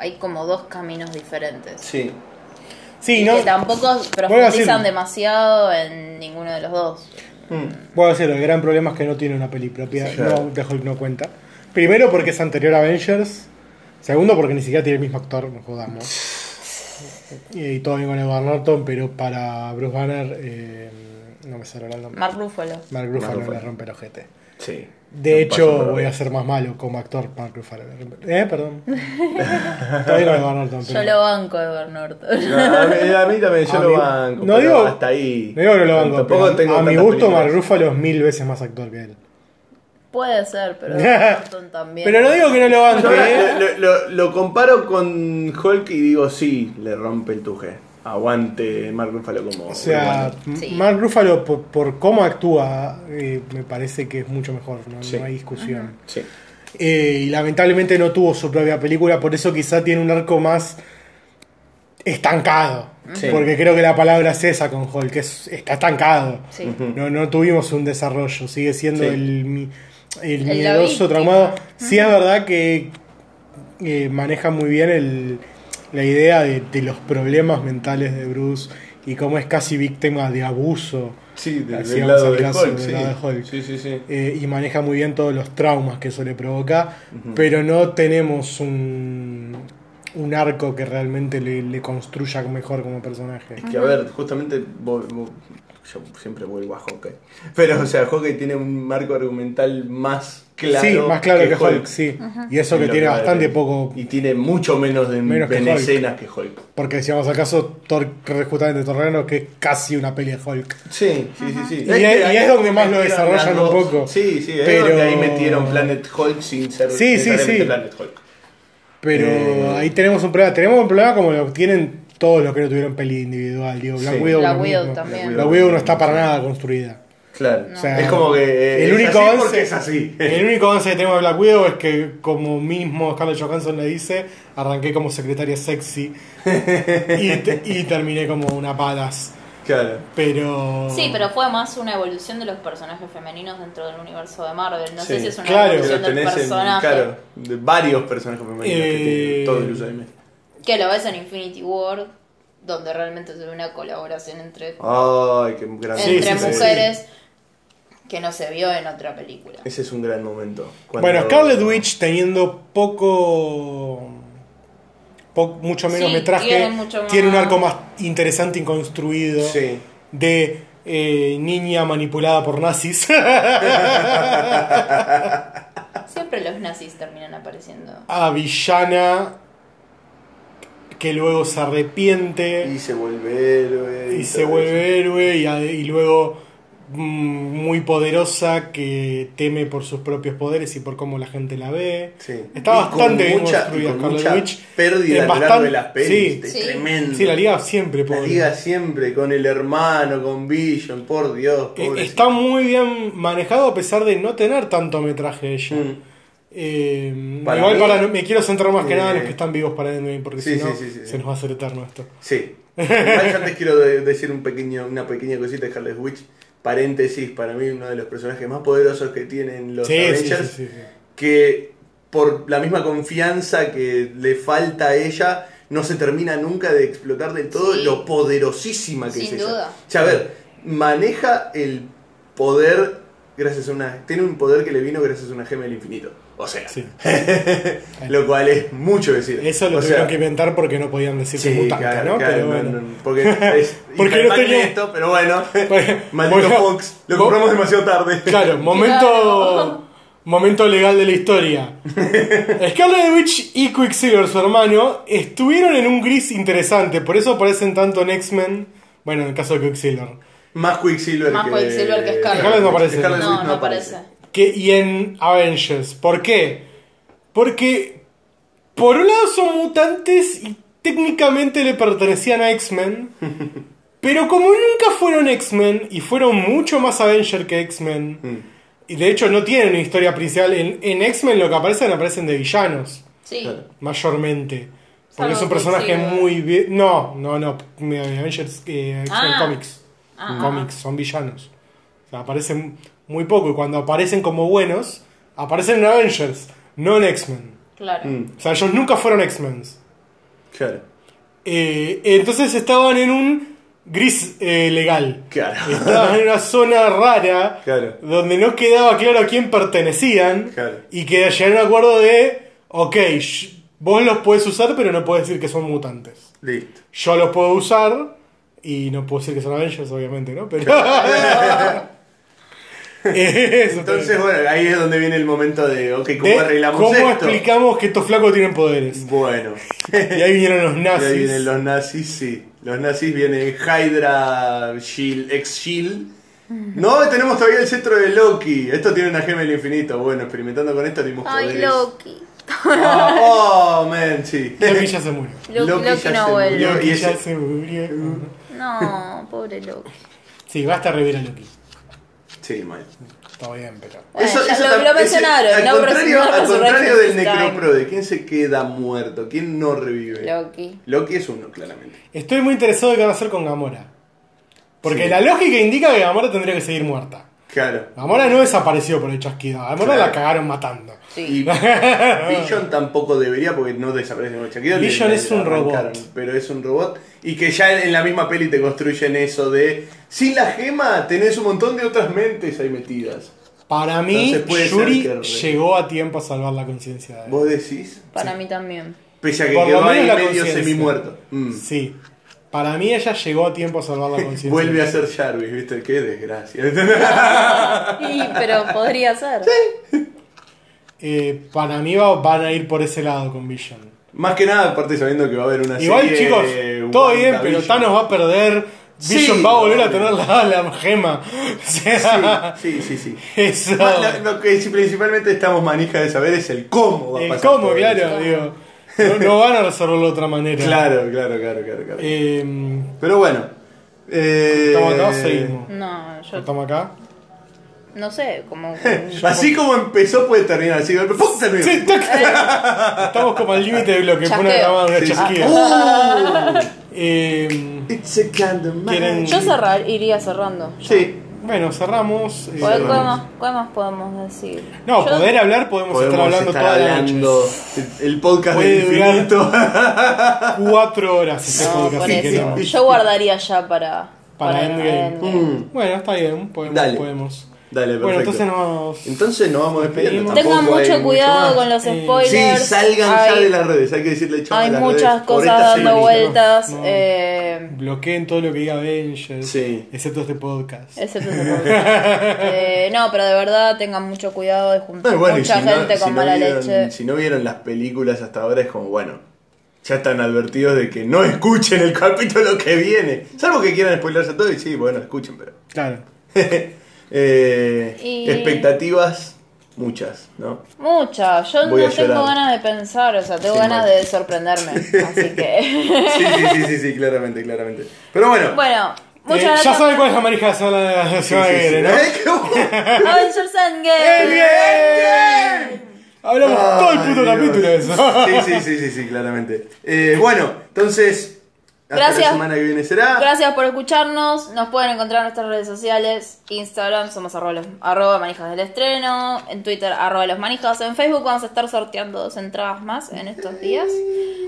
hay como dos caminos diferentes.
Sí.
Sí,
y
no.
que tampoco
Voy a decirlo.
profundizan demasiado en ninguno de los dos.
Voy a decir, el gran problema es que no tiene una peli propia.
Sí.
no, The Hulk no cuenta. Primero porque es anterior a Avengers. Segundo porque ni siquiera tiene el mismo actor, no jodamos. Y, y todo bien con Edward Norton, pero para Bruce Banner eh, no me sale el nombre.
Mark Ruffalo.
Mark Ruffalo
Ruffalo.
le rompe el ojete.
Sí.
De
No pasa
hecho,
nada.
voy a ser más malo como actor Mark Ruffalo. le rompe- Eh,
[LAUGHS]
perdón. Todavía no Edward Norton.
Yo
pero-
lo banco de Norton. [LAUGHS]
No, a, mí, a mí también, yo
A
lo
mí-
banco.
no
pero
digo-
hasta ahí.
No digo que lo banco,
Tampoco
pero
tengo
a mi
tantas
gusto
películas.
Mark Ruffalo es mil veces más actor que él.
Puede ser,
[LAUGHS]
pero Norton también.
Pero no digo que no lo
Yo
banque, ¿eh?
lo, lo- lo comparo con Hulk y digo, sí, le rompe el tuje. Aguante Mark Ruffalo como.
O sea,
urbano.
Sí.
Mark Ruffalo por, por cómo actúa eh, me parece que es mucho mejor, no,
Sí.
No hay discusión.
Sí.
Eh, y lamentablemente no tuvo su propia película, por eso quizá tiene un arco más estancado.
Sí.
Porque creo que la palabra es esa con Hulk, que es- está estancado.
Sí.
No, no tuvimos un desarrollo, sigue siendo
Sí.
el, mi- el
El
miedoso,
la
traumado.
víctima.
Sí es verdad que eh, maneja muy bien el- la idea de, de los problemas mentales de Bruce y cómo es casi víctima de abuso.
Sí, del,
Así
del
vamos
lado
al
de
caso,
Hulk.
del
sí.
lado de Hulk.
sí, sí, sí.
eh, y maneja muy bien todos los traumas que eso le provoca, pero no tenemos un, un arco que realmente le, le construya mejor como personaje.
Es que a ver, justamente vos- vos- yo siempre vuelvo a Hawkeye. Pero, o sea, Hawkeye tiene un marco argumental más claro.
sí, más claro que, Hulk, sí. Y eso
En
que
lo
tiene
va a
bastante
tener.
poco,
Y tiene mucho menos de
Menos que
en
Hulk.
escenas que Hulk.
porque si vamos al caso, Thor, justamente Torreno, que es casi una peli de Hulk.
Sí, sí, sí, sí.
Y es- y es donde más lo
metieron
desarrollan
las
un
dos.
poco.
Sí, sí, es
Pero-
donde ahí metieron Planet Hulk sin ser
Sí, sí,
necesariamente
sí.
Planet Hulk.
Pero
Eh.
ahí tenemos un problema, tenemos un problema como lo tienen todos los que no tuvieron peli individual, digo, Black
Sí.
Widow.
Black
lo
Widow
mismo.
también.
Black
Black Widow no está para nada construida.
Claro.
No.
O sea,
es como que. eh,
el
es
único
así
once-
porque es así.
El único avance que tenemos de Black Widow es que, como mismo Scarlett Johansson le dice, arranqué como
[LAUGHS]
secretaria sexy y, te- y terminé como una palas.
Claro.
Pero.
Sí, pero fue más una evolución de los personajes femeninos dentro del universo de Marvel. No sé
Sí,
si es una
claro.
Que lo
evolución del
tenés en.
personaje.
Claro, de varios personajes femeninos que tiene
Eh,
todo el UCM.
Que lo ves en Infinity War, donde realmente se ve una colaboración entre,
Ay, qué gran
Sí,
entre
sí, sí, sí.
mujeres que no se vio en otra película.
Ese es un gran momento. Cuando-
Bueno, Scarlett Witch teniendo poco. po- mucho menos
Sí,
metraje,
tiene mucho más-
tiene un arco más interesante y construido
Sí.
de eh, niña manipulada por nazis. [LAUGHS]
Siempre los nazis terminan apareciendo.
a villana que luego se arrepiente
Y se vuelve héroe.
y se
todo
vuelve héroe y, a- y luego mm, muy poderosa que teme por sus propios poderes y por cómo la gente la ve.
eso. Sí.
Está
Y con
bastante bien
mucha,
construida
y con
Scarlet
mucha
Witch.
pérdida
Eh,
a lo largo
bastan-
de las pelis.
sí.
es
Sí.
tremendo.
Sí, la liga siempre
La
pobre.
liga siempre, con el hermano, con Vision, por Dios.
Eh,
pobre.
Está muy bien manejado a pesar de no tener tanto metraje ella.
Mm.
Eh,
Para
igual
mí-
para, me quiero centrar más que nada en los
Eh,
que están vivos para Endgame porque
sí,
si no
sí, sí, sí, sí.
se nos va a hacer eterno esto.
Sí. Igual yo antes quiero de- decir un pequeño, una pequeña cosita de Scarlet Witch. Paréntesis, para mí uno de los personajes más poderosos que tienen los
Sí, sí, sí,
Avengers.
sí, sí.
Que por la misma confianza que le falta a ella, no se termina nunca de explotar del todo
Sí.
lo poderosísima que es
Sin
ella.
duda.
O sea, a ver, maneja el poder gracias a una... Tiene un poder que le vino gracias a una gema del infinito. O sea,
Sí.
lo cual es mucho decir.
Eso
[LAUGHS]
lo
o
tuvieron
sea,
que inventar porque no podían decir
Sí,
que es mutante,
claro,
¿no?
claro,
Pero
no,
bueno.
no, porque es
[LAUGHS] Porque no
hipermal
tenía-
esto, pero
[LAUGHS]
bueno,
Bueno,
maldito
bueno,
Fox, lo
vos-
compramos demasiado tarde.
[LAUGHS] Claro, momento,
Claro.
momento legal de la historia. Scarlet Witch y Quicksilver, su hermano, estuvieron en un gris interesante, por eso aparecen tanto en X-Men, bueno, en el caso de Quicksilver,
Más Quicksilver
Más
que
Quicksilver que Scarlet.
Scarlet no aparece.
Scarlet Witch
No, no aparece.
que, y en Avengers. ¿Por qué? Porque, por un lado, son mutantes y técnicamente le pertenecían a X-Men. Pero como nunca fueron X-Men y fueron mucho más Avenger que X-Men, y de hecho no tienen una historia principal, en, en X-Men lo que aparecen aparecen de villanos,
Sí.
Claro.
mayormente.
Salvo
Porque es un personaje
Quicksilver.
muy... vi- No, no, no, mi- Avengers, eh, X-Men
Ah.
Comics.
Ah,
Comics, son villanos. O sea, aparecen muy poco y cuando aparecen como buenos, aparecen en Avengers, no en X-Men.
Claro.
Mm,
O sea, ellos nunca fueron X-Men.
claro.
Eh, entonces estaban en un gris eh, legal.
Claro.
Estaban en una zona rara
Claro.
donde no quedaba claro a quién pertenecían
Claro.
y que llegaron a un acuerdo de, ok, sh- vos los puedes usar pero no puedes decir que son mutantes.
Listo.
Yo los puedo usar y no puedo decir que son Avengers, obviamente, ¿no? Pero... [LAUGHS] Eso,
Entonces, bueno, ahí es donde viene el momento de, ok, ¿cómo
de
arreglamos
¿cómo
esto?
explicamos que estos flacos tienen
[LAUGHS]
poderes?
Bueno,
Y ahí vinieron los
y
nazis.
ahí vienen
[LAUGHS]
los nazis, sí. Los nazis vienen Hydra, Shield, ex Shield. No, tenemos todavía el centro de Loki. Esto tiene una gema del infinito. Bueno, experimentando con esto dimos
Ay,
poderes.
Loki.
Ah, oh, man, sí.
Loki ya se murió.
Loki
Loki, Loki
ya
no
se
vuelve.
murió.
Loki
y
ya
ese-
se murió.
No, pobre Loki.
Sí, basta revivir a Loki.
[LAUGHS] Sí, mal.
Está bien, pero.
Bueno, ya lo-
tam-
lo
ese-
mencionaron,
Al
no
contrario,
resu- no
al contrario
resurrections
del
this time.
Necroprode, ¿quién se queda muerto? ¿Quién no revive?
[LAUGHS] Loki.
Loki es uno, claramente.
Estoy muy interesado en qué van a hacer con Gamora. Porque
Sí.
la lógica indica que Gamora tendría que seguir muerta.
Claro.
Gamora no desapareció por el chasquido. A Gamora
Claro.
la cagaron matando.
Y
[LAUGHS] Sí.
Vision tampoco debería porque no desaparece con el chasquido, le-
Vision
le
es un
arrancaron,
robot.
Pero es un robot. Y que ya en, en la misma peli te construyen eso de. Sin la gema tenés un montón de otras mentes ahí metidas.
Para mí,
Entonces puede ser
Yuri
que re-
llegó a tiempo a salvar la conciencia de
¿Vos decís?
Para mí también.
Pese a que
Por lo
quedó ahí
menos la
medio
conciencia.
semimuerto. Mm.
Sí. Para mí, ella llegó a tiempo
[LAUGHS]
a salvar la conciencia.
Vuelve a ser Jarvis, ¿viste? Qué desgracia. [LAUGHS]
Sí, pero podría ser.
Eh, para mí, va- van a ir por ese lado con Vision.
Más que nada, aparte sabiendo que va a haber una
Igual,
serie
chicos,
de
todo bien, pero
WandaVision.
Thanos va a perder.
Sí,
Vision va a volver a
obvio.
tener la, la gema. [LAUGHS] O sea,
Sí, sí,
[LAUGHS]
sí. sí.
eso.
Más la- Lo que sí principalmente estamos manija de saber es el cómo va a
El
pasar.
cómo,
todo
claro,
eso.
digo. No, no van a resolverlo de otra manera.
Claro, claro, claro, claro. claro.
Eh,
Pero bueno. eh,
¿Estamos acá o seguimos?
No, yo
¿Estamos acá?
no sé, como...
Así como empezó puede terminar así. de golpe, ¡pum! termina.
Sí, tac. Estamos como al límite de lo que fue una
Chasqueo.
llamada de
Sí, sí.
chasqueo.
[LAUGHS]
Uh,
Eh,
it's a kind of magic.
Quieren-
Yo cerrar, iría cerrando.
Sí.
bueno, cerramos. eh,
¿Cuál- ¿Cuál,
cerramos.
más, cuál más podemos decir?
no,
Yo-
poder hablar podemos, estar hablando
estar
toda la
hablando
noche.
el podcast
Puede
del
durar-
infinito.
Cuatro horas este
No,
podcast,
por
así que
eso.
no.
Yo guardaría ya para...
Para Endgame.
[LAUGHS] Mm,
Bueno, está bien, podemos.
Dale.
podemos.
Dale, perfecto.
Bueno, entonces nos.
Entonces nos vamos despidiendo.
Tengan
Tengan
tampoco hay
mucho cuidado
más.
con los
Eh,
Sí,
spoilers.
salgan ya
Hay-
de las redes. Hay que decirle chao
Hay
a las
muchas
redes. Por
cosas
esta
dando
serie.
vueltas.
No.
eh,
Bloqueen todo lo que diga Avengers,
Sí.
excepto este podcast.
Excepto ese
[LAUGHS]
podcast. Eh, no, pero de verdad tengan mucho cuidado de juntar
No, y bueno, y
mucha
si no-
gente
si
con
no
mala
vieron-
leche.
Si no vieron las películas hasta ahora, es como, bueno, ya están advertidos de que no escuchen el [LAUGHS] capítulo que viene. Salvo que quieran spoilerse todo y sí, bueno, escuchen, pero. [LAUGHS]
Claro.
Eh,
Y-
Expectativas, muchas, ¿no?
Mucha, yo
Voy a
no tengo
llorar.
ganas de pensar, o sea, tengo
Sí,
ganas
mal. [LAUGHS]
de sorprenderme. Así que.
[LAUGHS]
[LAUGHS]
Sí, sí, sí, sí, sí, claramente, claramente. Pero bueno.
bueno,
Eh,
muchas
ya
gracias.
saben cuál es la manija de la semana de la
sí,
semana
sí,
que
sí.
viene, ¿no?
¿Eh? [LAUGHS] Qué bueno.
Avengers Endgame.
¡Bien! Hablamos todo el puto
Ay,
capítulo de
Dios.
[LAUGHS] eso.
Sí, sí, sí, sí, sí, claramente. Eh, bueno, entonces. Hasta
Gracias.
la semana que viene será.
Gracias por escucharnos. Nos pueden encontrar en nuestras redes sociales: Instagram, somos arroba, los- arroba manijas del estreno. En Twitter, arroba los manijas. En Facebook, vamos a estar sorteando dos entradas más en estos días.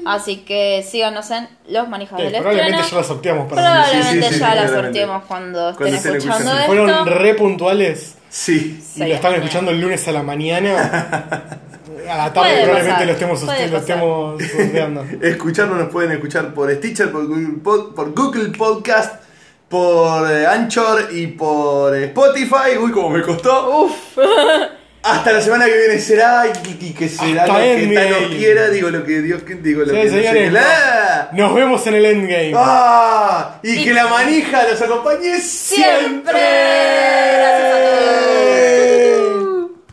Así que síganos en los manijas
Sí,
del
Eh, probablemente ya
estreno.
la sorteamos para
Sí, sí,
Probablemente
sí, sí,
ya la
claramente.
sorteemos cuando,
Cuando estén
estén escuchando
escuchando.
esto.
Fueron re puntuales
Sí.
y lo están escuchando el lunes a la mañana.
[LAUGHS]
A la tarde
Puede
probablemente
pasar,
lo estemos,
puede
lo
pasar. [LAUGHS]
estemos sorteando.
Escucharnos nos pueden escuchar por Stitcher, por Google, Pod- por Google Podcast, por eh, Anchor y por eh, Spotify. Uy, como me costó. [LAUGHS] Hasta la semana que viene será y, y que será
Hasta
lo que
Endgame.
Thanos quiera, digo lo que Dios que- digo lo
Sí,
que no sé
señores,
qué.
no.
¡Ah!
Nos vemos en el endgame.
¡Ah! Y
Y-
que la manija los acompañe siempre.
Gracias a
¡Eh!